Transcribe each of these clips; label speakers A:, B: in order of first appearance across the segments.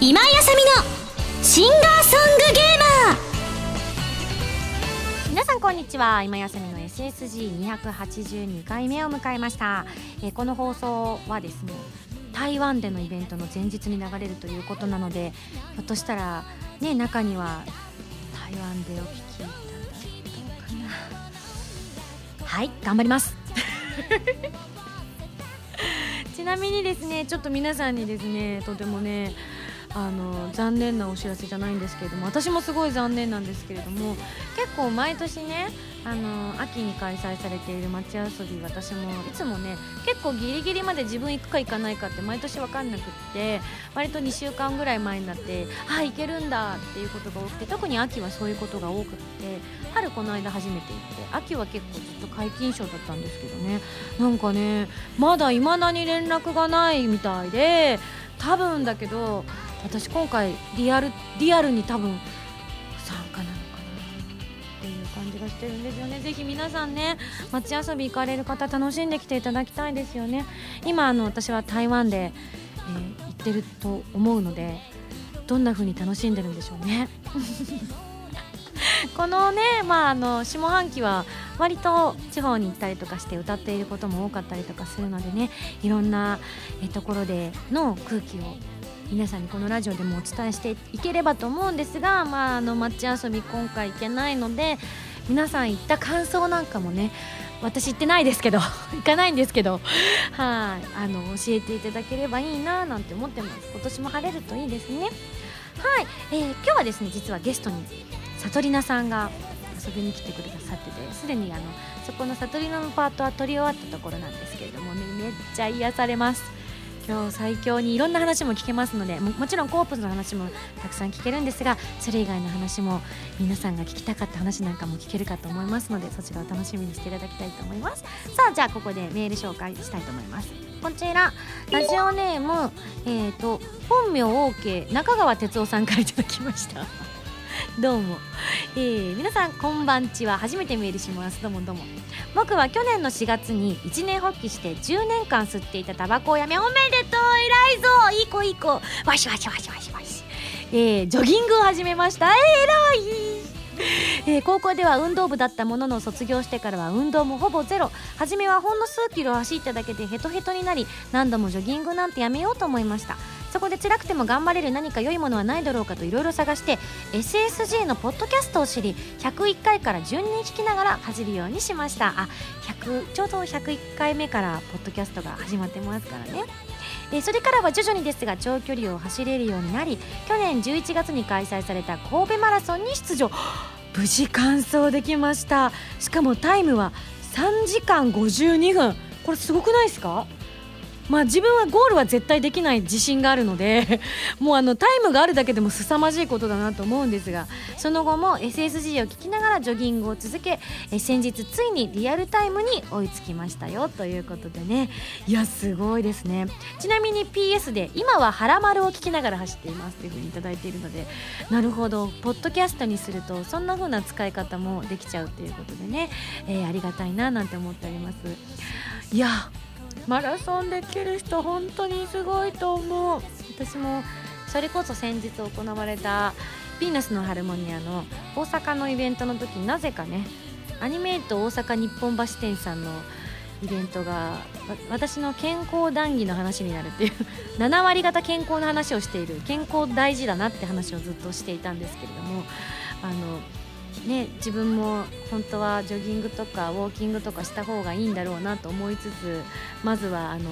A: 今井あさみのシンガーソングゲーマー皆さんこんにちは今井あさみの SSG282 回目を迎えました、えーこの放送はですね台湾でのイベントの前日に流れるということなのでひょっとしたらね中には台湾でお聞きいただいたのかなはい頑張ります ちなみにですねちょっと皆さんにですねとてもねあの残念なお知らせじゃないんですけれども私もすごい残念なんですけれども結構毎年ねあの秋に開催されている街遊び私もいつもね結構ギリギリまで自分行くか行かないかって毎年分かんなくって割と2週間ぐらい前になってあ行けるんだっていうことが多くて特に秋はそういうことが多くって春この間初めて行って秋は結構ずっと皆勤賞だったんですけどねなんかねまだ未だに連絡がないみたいで多分だけど私今回リアルリアルに多分不参加なのかなっていう感じがしてるんですよねぜひ皆さんね街遊び行かれる方楽しんできていただきたいですよね今あの私は台湾で、えー行ってると思うのでどんな風に楽しんでるんでしょうね このね、まあ、あの下半期は割と地方に行ったりとかして歌っていることも多かったりとかするのでねいろんなえところでの空気を皆さんにこのラジオでもお伝えしていければと思うんですが、まあ、あの街遊び今回行けないので皆さん行った感想なんかもね私行ってないですけど 行かないんですけど はいあの教えていただければいいななんて思ってます今年も晴れるといいですねはい、えー今日はですね実はゲストにさとりなさんが遊びに来てくださっててすでにあのそこのさとりなのパートは撮り終わったところなんですけれどもねめっちゃ癒されます今日最強にいろんな話も聞けますのでももちろんコープの話もたくさん聞けるんですがそれ以外の話も皆さんが聞きたかった話なんかも聞けるかと思いますのでそちらを楽しみにしていただきたいと思いますさあじゃあここでメール紹介したいと思いますこちらラジオネームえっ、と本名 OK 中川哲夫さんからいただきました どうも、えー皆さんこんばんちは初めてメールしますどうもどうも僕は去年の4月に一年発起して10年間吸っていたタバコをやめおめでとう偉いぞいい子いい子わしわしわしわしわし、えージョギングを始めましたえー偉いえー高校では運動部だったものの卒業してからは運動もほぼゼロ初めはほんの数キロ走っただけでヘトヘトになり何度もジョギングなんてやめようと思いましたそこで辛くても頑張れる何か良いものはないだろうかといろいろ探して SSG のポッドキャストを知り101回から順に聞きながら走るようにしましたあ100ちょうど101回目からポッドキャストが始まってますからねえーそれからは徐々にですが長距離を走れるようになり去年11月に開催された神戸マラソンに出場無事完走できましたしかもタイムは3時間52分これすごくないですかまあ自分はゴールは絶対できない自信があるので もうあのタイムがあるだけでも凄まじいことだなと思うんですがその後も SSG を聞きながらジョギングを続けえ先日ついにリアルタイムに追いつきましたよということでねいやすごいですねちなみに PS で今は「はらまる」を聞きながら走っていますというふうにいただいているのでなるほどポッドキャストにするとそんな風な使い方もできちゃうということでね、えーありがたいななんて思っておりますいやマラソンできる人本当にすごいと思う私もそれこそ先日行われた「ヴィーナスのハルモニア」の大阪のイベントの時なぜかねアニメイト大阪日本橋店さんのイベントがわ私の健康談義の話になるっていう 7割方健康の話をしている健康大事だなって話をずっとしていたんですけれどもあのね、自分も本当はジョギングとかウォーキングとかした方がいいんだろうなと思いつつまずはあの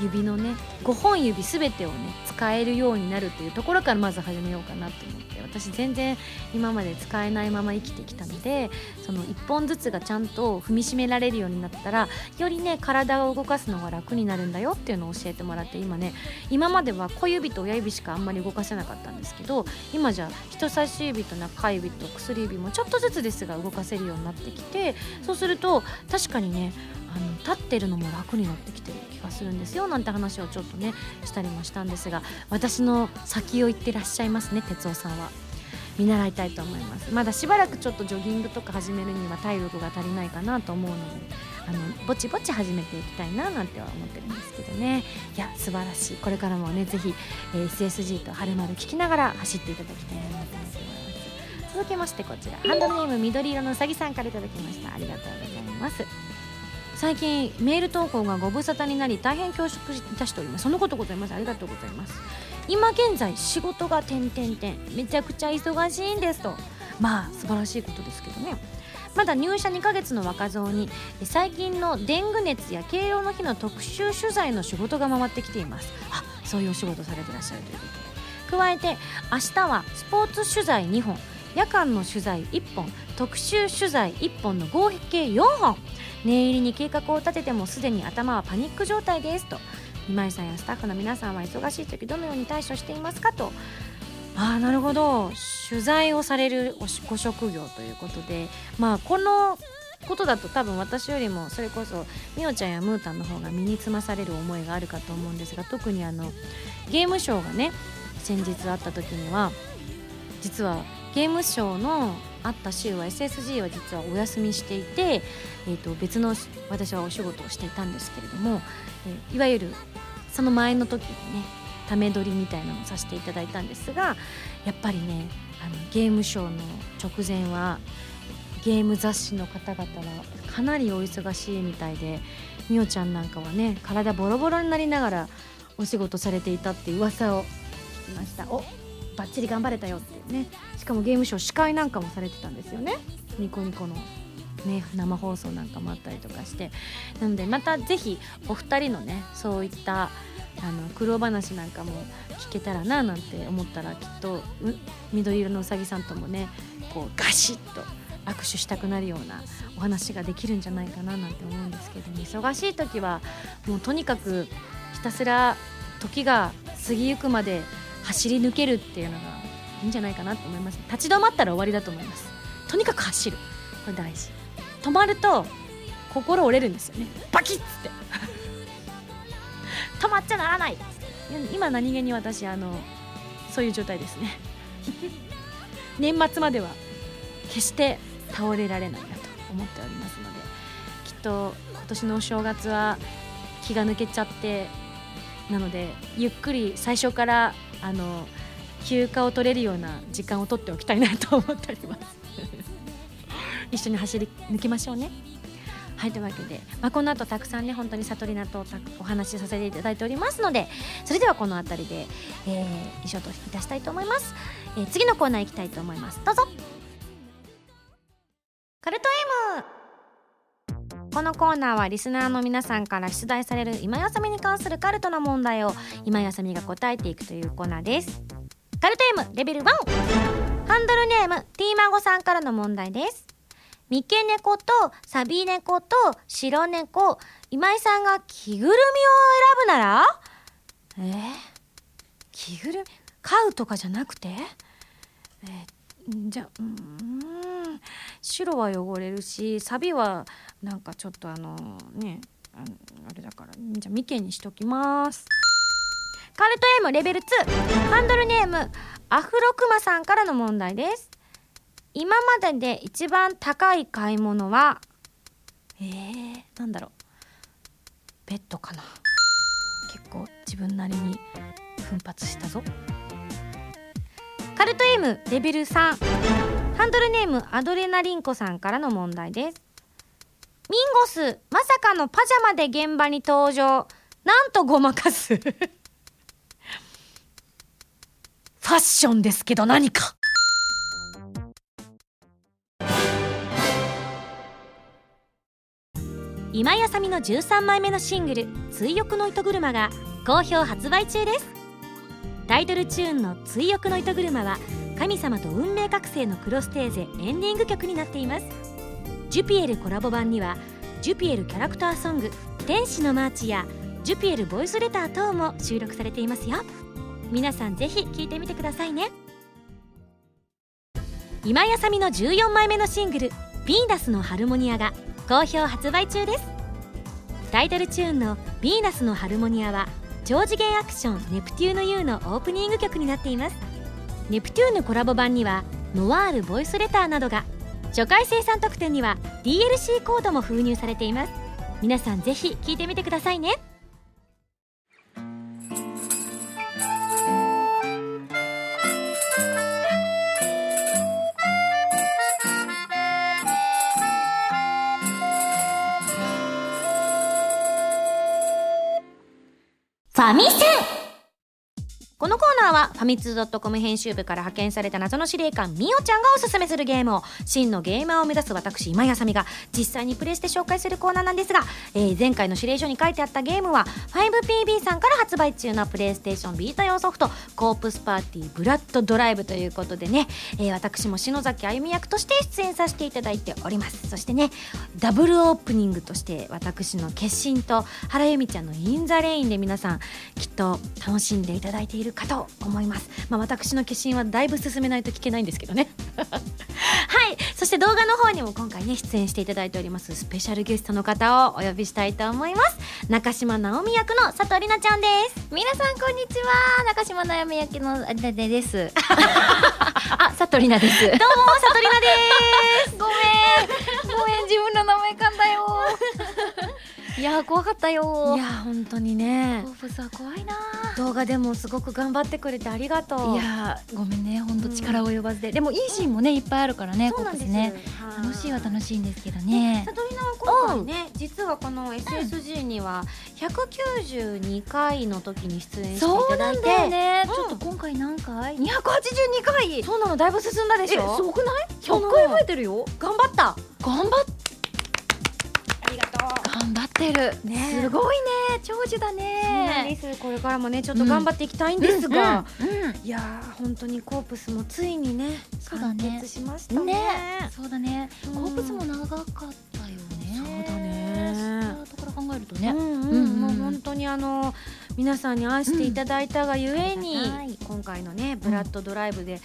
A: 指のね5本指全てをね使えるようになるというところからまず始めようかなと思って私全然今まで使えないまま生きてきたのでその1本ずつがちゃんと踏みしめられるようになったらよりね体を動かすのが楽になるんだよっていうのを教えてもらって今ね今までは小指と親指しかあんまり動かせなかったんですけど今じゃ人差し指と中指と薬指もちょっとずつですが動かせるようになってきてそうすると確かにねあの立ってるのも楽になってきてる気がするんですよなんて話をちょっとねしたりもしたんですが私の先を行ってらっしゃいますね哲夫さんは。見習いたいと思いますまだしばらくちょっとジョギングとか始めるには体力が足りないかなと思うのであのぼちぼち始めていきたいななんては思ってるんですけどねいや素晴らしいこれからもねぜひ、えー SSG と春丸聞きながら走っていただきたいなと思ってます続きましてこちらハンドネーム緑色のうさぎさんからいただきましたありがとうございます最近メール投稿がご無沙汰になり大変恐縮いたしておりますそんなことございますありがとうございます今現在仕事が点々点めちゃくちゃ忙しいんですとまあ素晴らしいことですけどねまだ入社2ヶ月の若造に最近のデング熱や敬老の日の特集取材の仕事が回ってきていますあそういうお仕事されてらっしゃるということで加えて明日はスポーツ取材2本夜間の取材1本特集取材1本の合計4本念入りに計画を立ててもすでに頭はパニック状態ですと今井さんやスタッフの皆さんは忙しい時どのように対処していますかとああなるほど取材をされるおしご職業ということでまあこのことだと多分私よりもそれこそみおちゃんやムータンの方が身につまされる思いがあるかと思うんですが特にあのゲームショーがね先日あった時には実はゲームショーのあった週は SSG は実はお休みしていて、えー、と別の私はお仕事をしていたんですけれども、えーいわゆるその前の時にねため撮りみたいなのをさせていただいたんですがやっぱりねあのゲームショーの直前はゲーム雑誌の方々はかなりお忙しいみたいでみおちゃんなんかはね体ボロボロになりながらお仕事されていたっていう噂を聞きましたおバッチリ頑張れたよっていうねしかもゲームショー司会なんかもされてたんですよねニコニコの。ね、生放送なんかもあったりとかしてなのでまたぜひお二人のねそういったあの苦労話なんかも聞けたらななんて思ったらきっとう緑色のうさぎさんともねこうガシッと握手したくなるようなお話ができるんじゃないかななんて思うんですけども忙しい時はもうとにかくひたすら時が過ぎゆくまで走り抜けるっていうのがいいんじゃないかなと思います立ち止まったら終わりだと思いますとにかく走るこれ大事止まると心折れるんですよねバキッつって 止まっちゃならない今何気に私あのそういう状態ですね 年末までは決して倒れられないなと思っておりますのできっと今年のお正月は気が抜けちゃってなのでゆっくり最初からあの休暇を取れるような時間を取っておきたいなと思っております 一緒に走り抜きましょうねはいというわけで、まあ、この後たくさんね本当に悟りなとたお話しさせていただいておりますのでそれではこの辺りで、えー、以上といたしたいと思います、えー次のコーナー行きたいと思いますどうぞカルト M このコーナーはリスナーの皆さんから出題される今やさみに関するカルトの問題を今やさみが答えていくというコーナーですカルト M レベル1ハンドルネーム T マゴさんからの問題です三毛猫とサビ猫と白猫今井さんが着ぐるみを選ぶならえー、着ぐるみ飼うとかじゃなくてえーんじゃうーん白は汚れるしサビはなんかちょっとあのねあのあれだからじゃあ三毛にしときますカルト M レベル2ハンドルネームアフロクマさんからの問題です今までで一番高い買い物はえー、なんだろうベッドかな結構自分なりに奮発したぞカルト M レベル3ハンドルネームアドレナリンコさんからの問題ですミンゴスまさかのパジャマで現場に登場なんとごまかすファッションですけど何か今やさみの13枚目のシングル「追憶の糸車」が好評発売中ですタイトルチューンの「追憶の糸車」は神様と運命覚醒のクロステーゼエンディング曲になっていますジュピエルコラボ版にはジュピエルキャラクターソング「天使のマーチ」やジュピエルボイスレター等も収録されていますよ皆さんぜひ聴いてみてくださいね今やさみの14枚目のシングル「ヴィーナスのハルモニア」が好評発売中ですタイトルチューンの「ヴィーナスのハルモニア」は超次元アクション「ネプテューヌ U」のオープニング曲になっていますネプテューヌコラボ版にはノワールボイスレターなどが初回生産特典には DLC コードも封入されています皆さんぜひ聞いてみてくださいねファミセこのコーナーはファミツー .com 編集部から派遣された謎の司令官みおちゃんがおすすめするゲームを真のゲーマーを目指す私今やさみが実際にプレイして紹介するコーナーなんですが、えー前回の指令書に書いてあったゲームは 5PB さんから発売中のプレイステーションビータ用ソフトコープスパーティーブラッドドライブということでね、えー私も篠崎あゆみ役として出演させていただいておりますそしてねダブルオープニングとして私の決心と原由美ちゃんの「イン・ザ・レイン」で皆さんきっと楽しんでいただいているかと思います、まあ、私の決心はだいぶ進めないと聞けないんですけどね はいそして動画の方にも今回ね出演していただいておりますスペシャルゲストの方をお呼びしたいと思います中島直美役の佐藤里奈ちゃんです
B: 皆さんこんにちは中島なやみ焼きのあれで すあ佐藤里奈です
A: どうも佐藤里奈です
B: ごめんごめん自分の名前噛んだよいやー怖かったよ
A: いや本当にね
B: コープスは怖いな
A: 動画でもすごく頑張ってくれてありがとう
B: いやーごめんね本当
A: うん
B: 力及ばずで、でもいいシーンもねいっぱいあるからね
A: そうなんです
B: コープスね
A: はい
B: 楽しいは楽しいんですけど
A: ね
B: ね
A: さとりなは今回ね、実はこの SSG には192回の時に出演していただいて、
B: ね
A: うん
B: ちょっと今回何回282回
A: そうなのだいぶ進んだでしょ
B: ごくない
A: そうなの
B: 100回増えてるよ
A: 頑張った
B: 頑張っ
A: ありがとう
B: 頑張ってる
A: ね
B: すごいね長寿だ
A: そうなんで
B: ね
A: すこれからもねちょっと頑張っていきたいんですが、
B: うんうん
A: いやー本当にコープスもついにね
B: そうだ
A: 完
B: ね
A: 結しましたね
B: ねそうだね、
A: うん
B: コープスも長かったよね
A: そうだね
B: そういうところ考えるとね、
A: うんうん
B: うんうん
A: もう本当にあの皆さんに愛していただいたがゆえに、
B: うんありがたい
A: 今回のねブラッドドライブで、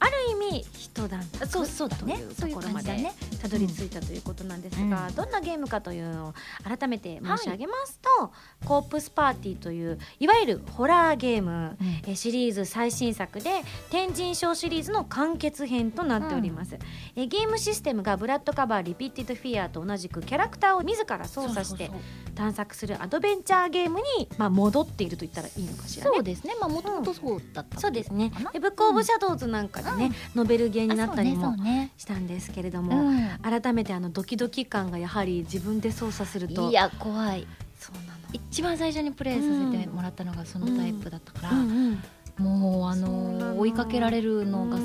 A: ある意味一段落
B: そうそうだね
A: と
B: そう
A: い
B: いう
A: ところ
B: う感
A: ま
B: じだ
A: で
B: ね
A: たどり着いたということなんですが、
B: うん
A: どんなゲームかというのを改めて申し上げますと、コープスパーティーといういわゆるホラーゲームえーシリーズ最新作で天神賞シリーズの完結編となっております、えーゲームシステムがブラッドカバーリピッティドフィアと同じくキャラクターを自ら操作して
B: そうそう
A: 探索するアドベンチャーゲームに、まあ、戻っていると言ったらいいのかし
B: そ
A: ら
B: う
A: ね
B: そうですねまあもともとそうだった
A: そうですね
B: かな
A: でブックオブシャドウズなんかでね、ノベルゲーになったり
B: あそ
A: も
B: うね
A: したんですけれど
B: そう
A: も、
B: ね
A: 改めてあのドキドキ感がやはり自分で操作する
B: うん
A: と
B: いや怖い
A: そうなの
B: 一番最初にプレイさせてもらったのがそのタイプだったから、
A: うんうん
B: もうあ
A: そうな
B: のー
A: の
B: 追いかけられるのがさ、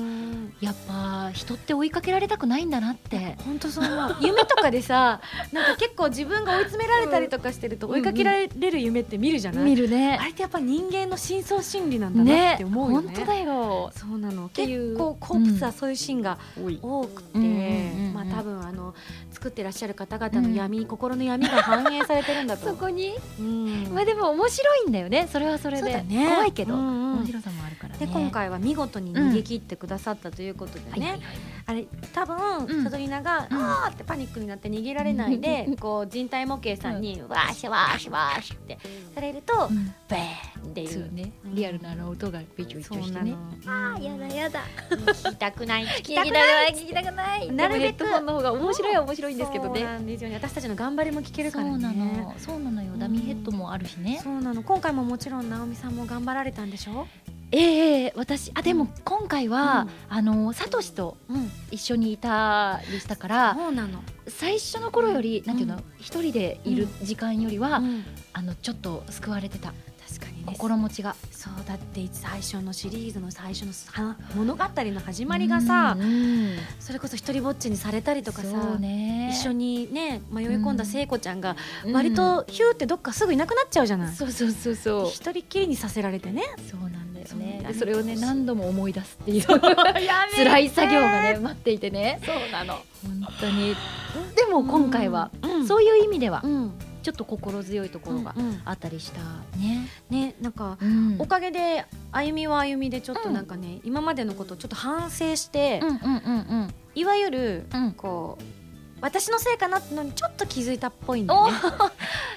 A: うん
B: やっぱ人って追いかけられたくないんだなって
A: 本当そう思う夢とかでさなんか結構自分が追い詰められたりとかしてると
B: うん
A: 追いかけられる夢って見るじゃない、
B: 見るね
A: あれってやっぱ人間の深層心理なんだなっ
B: ね
A: て思うよね
B: 本当だよ
A: そうなの
B: ていう
A: 結構コープスはそういうシーンが
B: 多い
A: 多くて、
B: うんうんうんうん
A: まあ多分あの作ってらっしゃる方々の闇、心の闇が反映されてるんだ と
B: そこに
A: うん
B: まあでも面白いんだよねそれはそれ
A: そう
B: で
A: だね
B: 怖いけど、
A: うんうん
B: 面白さもあるからね
A: で今回は見事に逃げ切ってくださったということでね、
B: ね、
A: あれ多分、
B: うん
A: サドリナが、
B: うん
A: あーってパニックになって逃げられない で、
B: うん
A: こう人体模型さんに、わーしわーしわーしってされると、
B: うん
A: ベーンってい
B: そう
A: う。
B: ね
A: うん
B: リアルなあの音がビチョビチョしてね
A: あ
B: やだ
A: 聞きたくない聞
B: 聞
A: き
B: き
A: た
B: た
A: く
B: く
A: ない
B: ない聞きたくない
A: な
B: な
A: る
B: る
A: べく
B: べくヘッドホンの方が面白いは面白いんですけど
A: そう
B: ね
A: なんですよね私たちの頑張りも聞けるからね
B: そうなのそうなのよダミーヘッドもあるしね、
A: そうなの今回ももちろん直美さんも頑張られたんでしょ
B: ええ私あでも今回は、あのサトシと
A: うん
B: 一緒にいたりしたから
A: そうなの
B: 最初の頃よりなんていう
A: う
B: の一、人でいる時間よりは、
A: うん
B: あのちょっと救われてた
A: 確かにね
B: 心持ちが
A: そうだって最初のシリーズの最初のさ物語の始まりがさ、
B: うんうん
A: それこそ一人ぼっちにされたりとか
B: そ
A: さ
B: う、ね
A: 一緒にね迷い込んだ聖子ちゃんが
B: うん
A: 割とヒューってどっかすぐいなくなっちゃうじゃない、
B: そうそうそうそう
A: 一人っきりにさせられてね
B: そうなんだよ
A: そうなん
B: ね
A: だ
B: でそれをね何度も思い出すっていう辛い作業がね待っていてね
A: そうなの
B: 本当にでも今回は、、
A: うん、
B: そういう意味では、
A: うん、うん
B: ちょっと心強いところが
A: うんうん
B: あったりしたね、
A: ねなんか、
B: うん
A: おかげで歩みは歩みでちょっとなんかね、今までのことをちょっと反省して、
B: うんうんうんうん
A: いわゆる
B: うん
A: こう私のせいかなってのにちょっと気づいたっぽいんだ
B: お
A: よ
B: ー
A: ね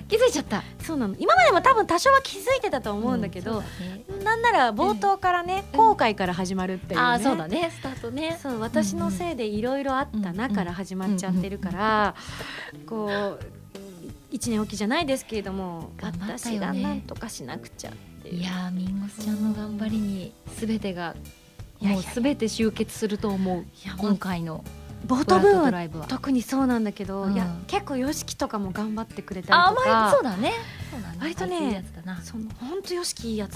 B: 気づいちゃった
A: そうなの今までも多分多少は気づいてたと思うんだけど、
B: うそうだね
A: なんなら冒頭からね、
B: うん
A: 後悔から始まるっていうね、
B: ああそうだねスタートね
A: そう私のせいでいろいろあったなから始まっちゃってるからこう一年おきじゃないですけれども、
B: 頑張った
A: 私
B: よね
A: がなんとかしなくちゃっていう
B: いやーミンゴスちゃんの頑張りに全てがもう全て集結すると思う
A: いやもう
B: 今回の
A: 冒
B: ト
A: 頭部分
B: ラッドド
A: は
B: ライブは。
A: 特にそうなんだけど、
B: うん
A: いや結構 YOSHIKI とかも頑張ってくれたりとか
B: あ、まあそうだね。そうだね
A: 割とね
B: 熱いやつだな。
A: その本当よしきいいやつ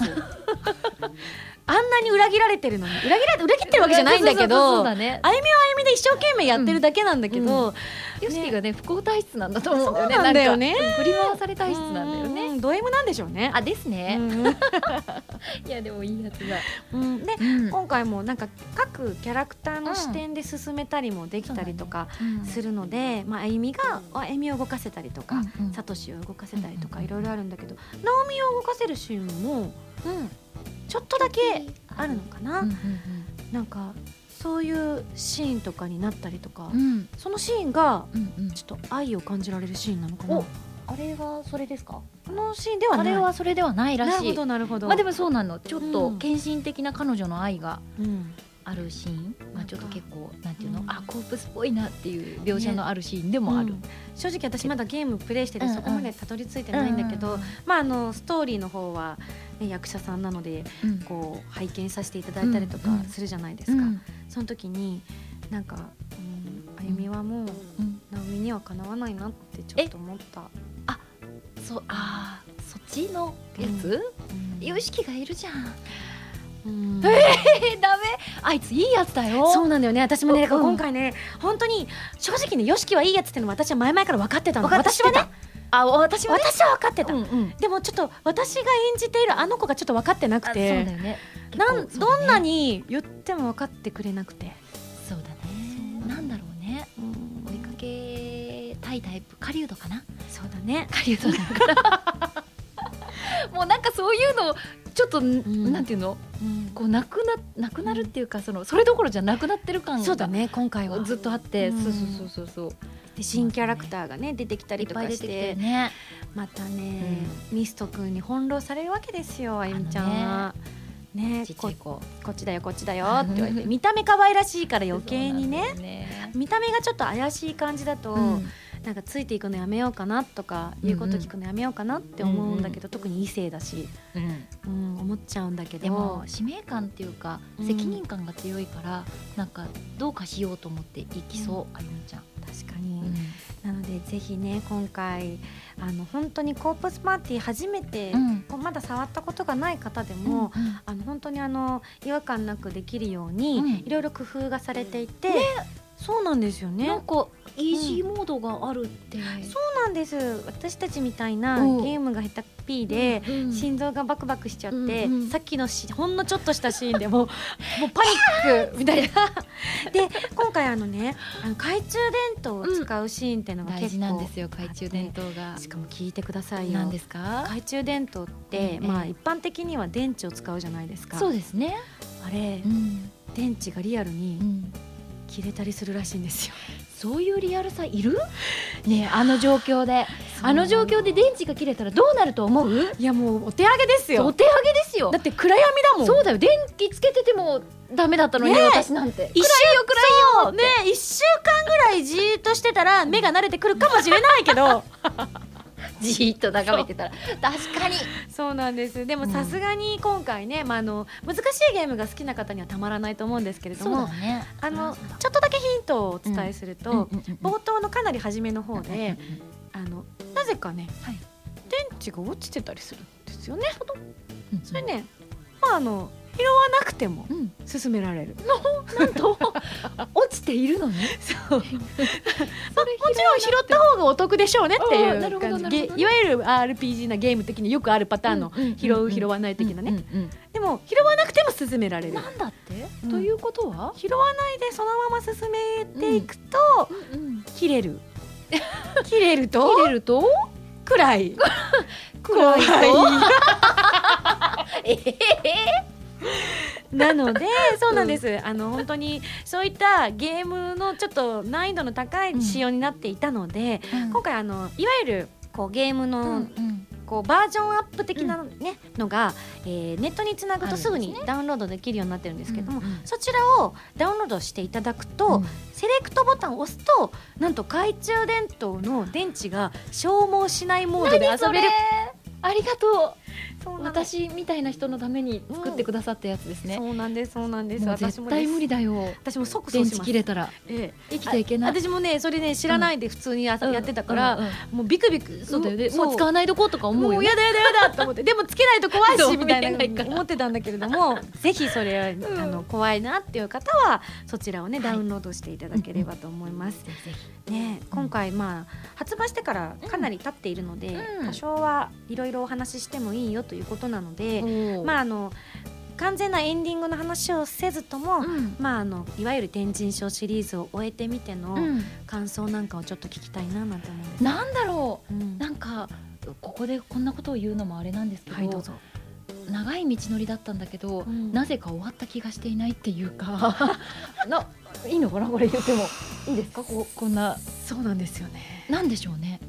A: あんなに裏切られてるのに裏切られて裏切ってるわけじゃないんだけ
B: そうそうそうそうそう
A: ど
B: だね。
A: 君で一生懸命やってるだけなんだけど、
B: ヨシキがね不幸体質なんだと思うんだよね。
A: そうなんだよね
B: なんか振り回され体質なんだよね。
A: ねド M なんでしょうね。
B: あですね。
A: う
B: いやでもいいやつだ。
A: んうんで
B: うん
A: 今回もなんか各キャラクターの視点で進めたりもできたりとかするので、まあ、あゆみがあゆみを動かせたりとか、
B: うんうん
A: さとしを動かせたりと
B: う
A: か
B: ん
A: いろいろあるんだけど、なおみを動かせるシーンも
B: うん
A: ちょっとだけあるのかな、
B: うん
A: なんかそういうシーンとかになったりとか、
B: うんうん
A: そのシーンが
B: うんうん
A: ちょっと愛を感じられるシーンなのかな
B: お
A: こ
B: あれはそれですか
A: のシーンでは
B: あ
A: ない
B: れはそれではないら
A: なる
B: し
A: ほ
B: い
A: どなるほど
B: まあでもそうなのちょっと
A: うん
B: 献身的な彼女の愛が
A: うん
B: あるシーンがちょっと結構なんていうの
A: うん
B: あコープスっぽいなっていう描写のあるシーンでもある
A: うん正直私まだゲームプレイしてて
B: うんうん
A: そこまでたどり着いてないんだけど、まああのストーリーの方は、ね、役者さんなので
B: うん
A: こう拝見させていただいたりとか
B: うんうん
A: するじゃないで
B: う
A: す
B: ん
A: か、その時になんか、うん、あゆみはもう
B: うん
A: 直美にはかなわないなってちょっと思った、
B: そうあーそっちのやつ
A: うん
B: 有識がいるじゃん
A: うん
B: えーダメあいついいやつだよ
A: そうなんだよね私もね
B: うん
A: だから今回ね本当に正直ね YOSHIKI はいいやつってのは私は前々から分かってたの
B: 分かって
A: 私
B: た
A: はね
B: あ私もね
A: 私は分かってた、
B: うんうん
A: でもちょっと私が演じているあの子がちょっと分かってな
B: あ
A: く
B: そうだよ
A: て
B: ね
A: なん、
B: 結構そうだね
A: どんなに言っても分かってくれなくて、
B: そうだねなんだろうね追いかけたいタイプ狩人かな
A: そうだね
B: 狩人だから もうなんかそういうのちょっと、
A: ん
B: なんていうの
A: うん
B: こうなくななくなるっていうかそのそれどころじゃなくなってる感が
A: そうだね今回は
B: ずっとあって、
A: うん
B: そうそうそうそうそう
A: で新キャラクターがね出てきたりとかして
B: てね
A: またね、ミスト君に翻弄されるわけですよあゆみちゃんは。ね
B: ちっちゃ
A: こ
B: い子
A: こっちだよこっちだ よって言われて見た目可愛らしいから余計にね
B: そうなんだよね
A: 見た目がちょっと怪しい感じだと、
B: うん
A: なんかついていくのやめようかなとか言うこと聞くのやめようかなって思うんだけど、特に異性だし、
B: うん
A: うん、思っちゃうんだけど
B: でも使命感っていうか、
A: うん
B: 責任感が強いからなんかどうかしようと思っていきそう、あゆみちゃん、
A: 確かに、なのでぜひね今回あの本当にコープスパーティー初めて、
B: うん
A: こうまだ触ったことがない方でも、
B: もう、うん
A: あの本当にあの違和感なくできるように、
B: うん
A: いろいろ工夫がされていて、そうなんですよね。
B: なんかイージーモードがあるって、
A: そうなんです私たちみたいなゲ
B: うん
A: ームが下手っぴーで、
B: うん
A: 心臓がバクバクしちゃって、
B: うんうん
A: さっきのしほんのちょっとしたシーン でももうパニックみたいな。で今回あのねあの懐中電灯を使うシーンっていうのが
B: 大
A: 結
B: 事
A: 構、
B: なんですよ懐中電灯が、
A: しかも聞いてくださいよ
B: なんですか
A: 懐中電灯って、
B: ええ
A: まあ、一般的には電池を使うじゃないですか
B: そうですね、
A: あれ
B: うん
A: 電池がリアル
B: う
A: に
B: ん
A: 切れたりするらしいんですよ。
B: そういうリアルさいるねえあの状況であの状況で電池が切れたらどうなると思う
A: いやもうお手上げです
B: お
A: よ
B: 手上げですよ
A: だって暗闇だもん
B: そうだよ電気つけててもダメだったのに、
A: ねえ
B: 私なんて
A: 一週
B: 暗いよ
A: ね一週間ぐらいじーっとしてたら目が慣れてくるかもしれないけど
B: じーっと眺めてたら確かに
A: そうなんですでも
B: うん
A: さすがに今回ね、まあ、あの難しいゲームが好きな方にはたまらないと思うんですけれども、
B: ね
A: あのちょっとだけヒントを お伝えすると、
B: ッ
A: 冒頭のかなり初めの方
B: ト
A: で、あのなぜかね、
B: はい
A: 電池が落ちてたりするんですよね。そ
B: そ
A: れね、まあ、あの拾わなくても
B: うん
A: 進められる。
B: なんと落ちているのね
A: そう
B: そ
A: もち
B: れ
A: ろん拾った方がお得でしょうねって
B: あーないる
A: う
B: ほど
A: 感じ
B: なるほど
A: げいわゆる RPG なゲーム的によくあるパターンの拾う拾わない的なね、
B: ね
A: でも拾わなくても進められる
B: なんだって
A: うん
B: ということは
A: 拾わないでそのまま進めていくと、切れる切れると
B: 切れると
A: 暗い
B: 暗いと
A: 怖い
B: ええ
A: なのでそうなんです、あの本当にそういったゲームのちょっと難易度の高い仕様になっていたので、今回あのいわゆるこうゲームの、ここうバージョンアップ的な、ねのが、えーネットにつなぐとすぐ
B: あるん
A: に
B: で
A: ダウンロードできるようになってるんですけども、
B: うんうん
A: そちらをダウンロードしていただくと、
B: うん
A: セレクトボタンを押すとなんと懐中電灯の電池が消耗しないモードで遊べる
B: ありがと
A: そう
B: う
A: なの
B: 私みたいな人のために作ってくださったやつですね、
A: そうなんですそうなんです
B: もう
A: 私
B: 絶
A: も
B: 対
A: です
B: 無理だよ
A: 私も即そ
B: 電
A: うし
B: 池
A: ます
B: 切れたら
A: ええ
B: 生きていけない
A: あ私もねそれね知らないで普通にや,、やってたから、
B: うんうんうん
A: もうビクビク
B: そうだよね
A: そ
B: もう使わないどこうとか思
A: も
B: う
A: う
B: よね
A: やだやだやだと思ってでもつけないと怖い
B: そう
A: しみたい
B: 見えないか
A: な
B: ら
A: 思ってたんだけれど もぜひそれ、
B: ん
A: あの怖いなっていう方はそちらをね
B: はい
A: ダウンロードしていただければと思います。
B: ぜひぜひ
A: ね今回まあ発売してからかなり経っているので、
B: うん
A: 多少はいろいろお話ししてもいいよということなので、ま
B: ま
A: あ
B: あ、
A: あの完全なエンディングの話をせずとも、
B: うん
A: まああのいわゆる天神賞シリーズを終えてみての
B: うん
A: 感想なんかをちょっと聞きたいななんて思うんです。
B: なんだろ
A: うん
B: うなんかここでこんなことを言うのもあれなんですけど,、
A: はいどうぞ。
B: 長い道のりだったんだけど、
A: うん
B: なぜか終わった気がしていないっていうか ないいのかなこれ言ってもいいですかここんな
A: そうなんですよね。
B: なんでしょうね、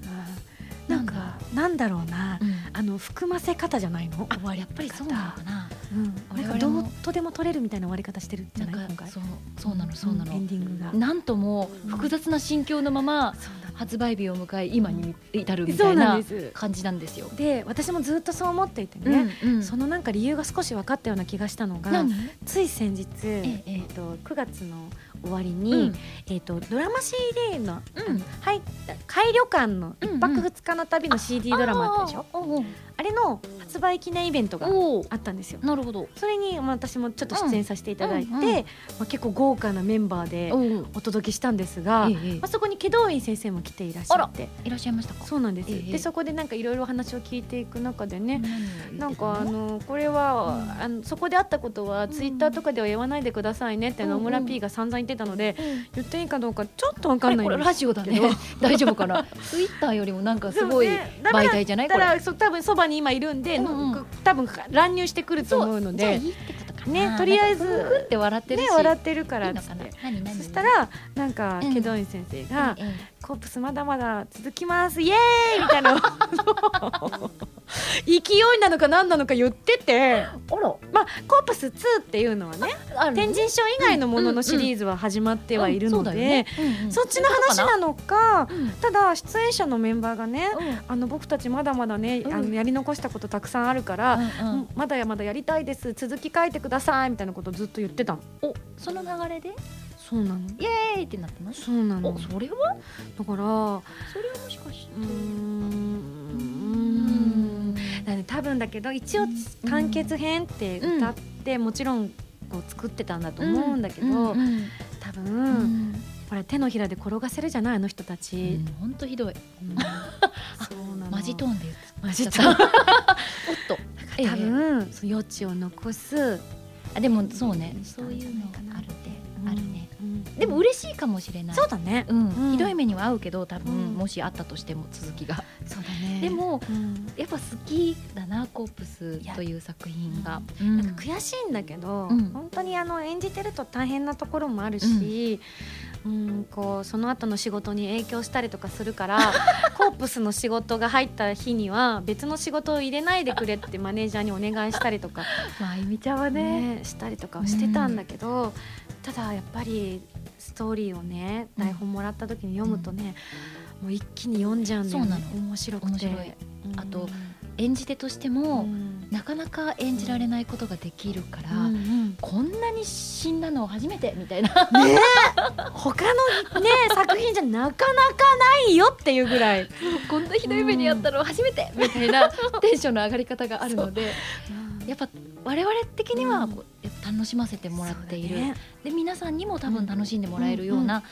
A: な
B: なんん
A: か
B: か
A: なんだろうな、
B: うん
A: あの含ませ方じゃないの？終わ
B: あ
A: り
B: やっぱりそうなのかな
A: うん、なんか
B: 我々
A: ど
B: も
A: うとでも取れるみたいな終わり方してるんじゃない
B: なん
A: 今
B: か
A: 回。
B: そうそうなのそうなの、
A: んエンディングが。
B: なんとも複雑な心境のまま
A: そうなの
B: 発売日を迎え今に至るみ
A: そ
B: た
A: う
B: い
A: なん
B: な
A: です。
B: 感じなんですよ。
A: で私もずっとそう思っていてね、
B: ね、うん
A: そのなんか理由が少し分かったような気がしたのが
B: 何
A: つい先日、え
B: ええ
A: っと9月の終わりに、
B: うん
A: えっとドラマ CD の,、
B: うん
A: あのはい海旅館の一
B: うんう
A: 泊
B: ん
A: 二日の旅の CD ドラマあったでしょ、
B: あーおう
A: あれの発売記念イベントが
B: おう
A: あったんですよ。
B: なるほど。
A: それに、まあ、私もちょっと出演させていただいて、
B: うんうんうん
A: まあ、結構豪華なメンバーで
B: おう
A: お届けしたんですが、
B: え
A: ま
B: え
A: あ、そこに祁答院先生も来ていらっしゃって
B: いらっしゃいましたか。
A: そうなんです、
B: ええ
A: でそこでなんかいろいろお話を聞いていく中でね、
B: 何
A: なん
B: を言ってた
A: かあのこれは、
B: うん
A: あのそこであったことは
B: ん
A: ツイッターとかでは言わないでくださいねって
B: うん
A: 野村 P が散々言ってたので、
B: うん
A: 言っていいかどうかちょっとわ
B: あ
A: かん
B: れ
A: ない
B: こ
A: ん
B: れ
A: です
B: ラジオだね
A: けど。
B: 大丈夫かな。ツイッターよりもなんかすごい
A: でもねダメ
B: 媒
A: だ
B: 体じゃない
A: た
B: これ。
A: らそう多分そばに今いるんで、
B: うんうん
A: 多分乱入してくると思うの
B: じゃあい
A: で
B: いってことかな。
A: ねとりあえず
B: なんかふふって笑ってるし。
A: ね笑ってるから
B: い
A: っ
B: いの
A: つ
B: か
A: っ
B: な
A: て。。
B: 何何。
A: そしたらなんか
B: うん
A: ケドイン先生が
B: ええ、
A: 「コープスまだまだ続きますイエーイ!」みたいな勢いなのか何なのか言ってて
B: あら
A: まあコープス2っていうのはね
B: あるの。
A: 天神賞以外のもののシリーズは始まってはいるのでそっちの話なのか
B: うん
A: ただ出演者のメンバーがね
B: うん
A: あの僕たちまだまだね
B: うん
A: あのやり残したことたくさんあるから
B: うんうん
A: まだやまだやりたいです続き書いてくださいみたいなことずっと言ってたの
B: おその流れで
A: そうなの
B: イエーイってなったの
A: そうなの
B: おそれ
A: だ
B: は
A: から
B: それはもしかし
A: うーん
B: ん
A: だからね多分だけど一応完結編って歌って、もちろんこう作ってたんだと思うんだけど、
B: うんうん
A: 多
B: う
A: 分、
B: ん
A: ほら手のひらで転がせるじゃないあの人たち、
B: 本当ひどい
A: うんそうなの
B: マジトーンで言っ
A: マジ
B: ち
A: と
B: ゃ
A: 多
B: ったおっと
A: 分、そう余地を残す
B: あでもそうね
A: そ
B: そうう
A: い
B: いうう
A: の
B: の
A: があ
B: あ
A: るで
B: る
A: う
B: で
A: ん
B: あるね
A: うん
B: でも嬉しいかもしれない
A: そうだね
B: うん
A: うん
B: ひどい目には合うけど多
A: うん
B: 分もしあったとしても続きが
A: そうだね
B: でも
A: うん
B: やっぱ好きだなコープスという作品がうん
A: なんか悔しいんだけど、
B: うん
A: 本当にあの演じてると大変なところもあるし、うん、こうその後の仕事に影響したりとかするから コープスの仕事が入った日には別の仕事を入れないでくれってマネージャーにお願いしたりとか、
B: まああゆみちゃんはね
A: ね、したりとかをしてたんだけど、ただやっぱりストーリーをね
B: うん
A: 台本もらった時に読むとね、もう一気に読んじゃうんだよ
B: そう
A: ね
B: なの
A: 面白くて
B: 面白い
A: うん
B: あと演じ手として
A: う
B: も
A: ん
B: なかなか演じられないことができるから、
A: うんうん
B: こんなに死んだの初めてみたいな
A: ねえ他の ね作品じゃなかなかないよっていうぐらい
B: こんなひどい目にあったの初めてみたい なテンションの上がり方があるのでやっぱ我々的には
A: うん
B: こうやっぱ楽しませてもらっている、
A: そうだね
B: で皆さんにも多分楽しんでもらえるような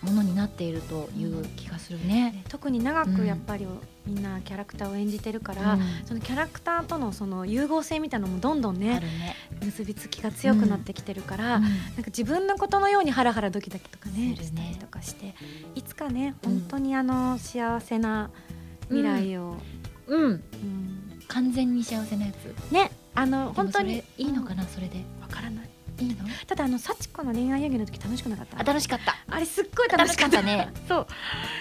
B: ものになっているという気がするね。
A: ね特に長くやっぱりみんなキャラクターを演じてるから、
B: うん
A: そのキャラクターとのその融合性みたいなのもどんどん
B: あ
A: ね
B: るね、
A: 結びつきが強くなってきてるから、
B: うん
A: なんか自分のことのようにハラハラドキドキとかね
B: するね
A: したりとかしていつかね
B: うん
A: 本当にあの幸せな未来を、
B: うん
A: うん
B: 完全に幸せなやつ
A: ねあの
B: 本
A: 本
B: 当
A: 当
B: に
A: に
B: いいのかなそれで
A: うんわからない
B: いいの
A: ただあの幸子の恋愛遊戯の時楽しくなかった
B: あ楽しかった
A: あれすっごい楽しかった
B: 楽しかったね。
A: そう。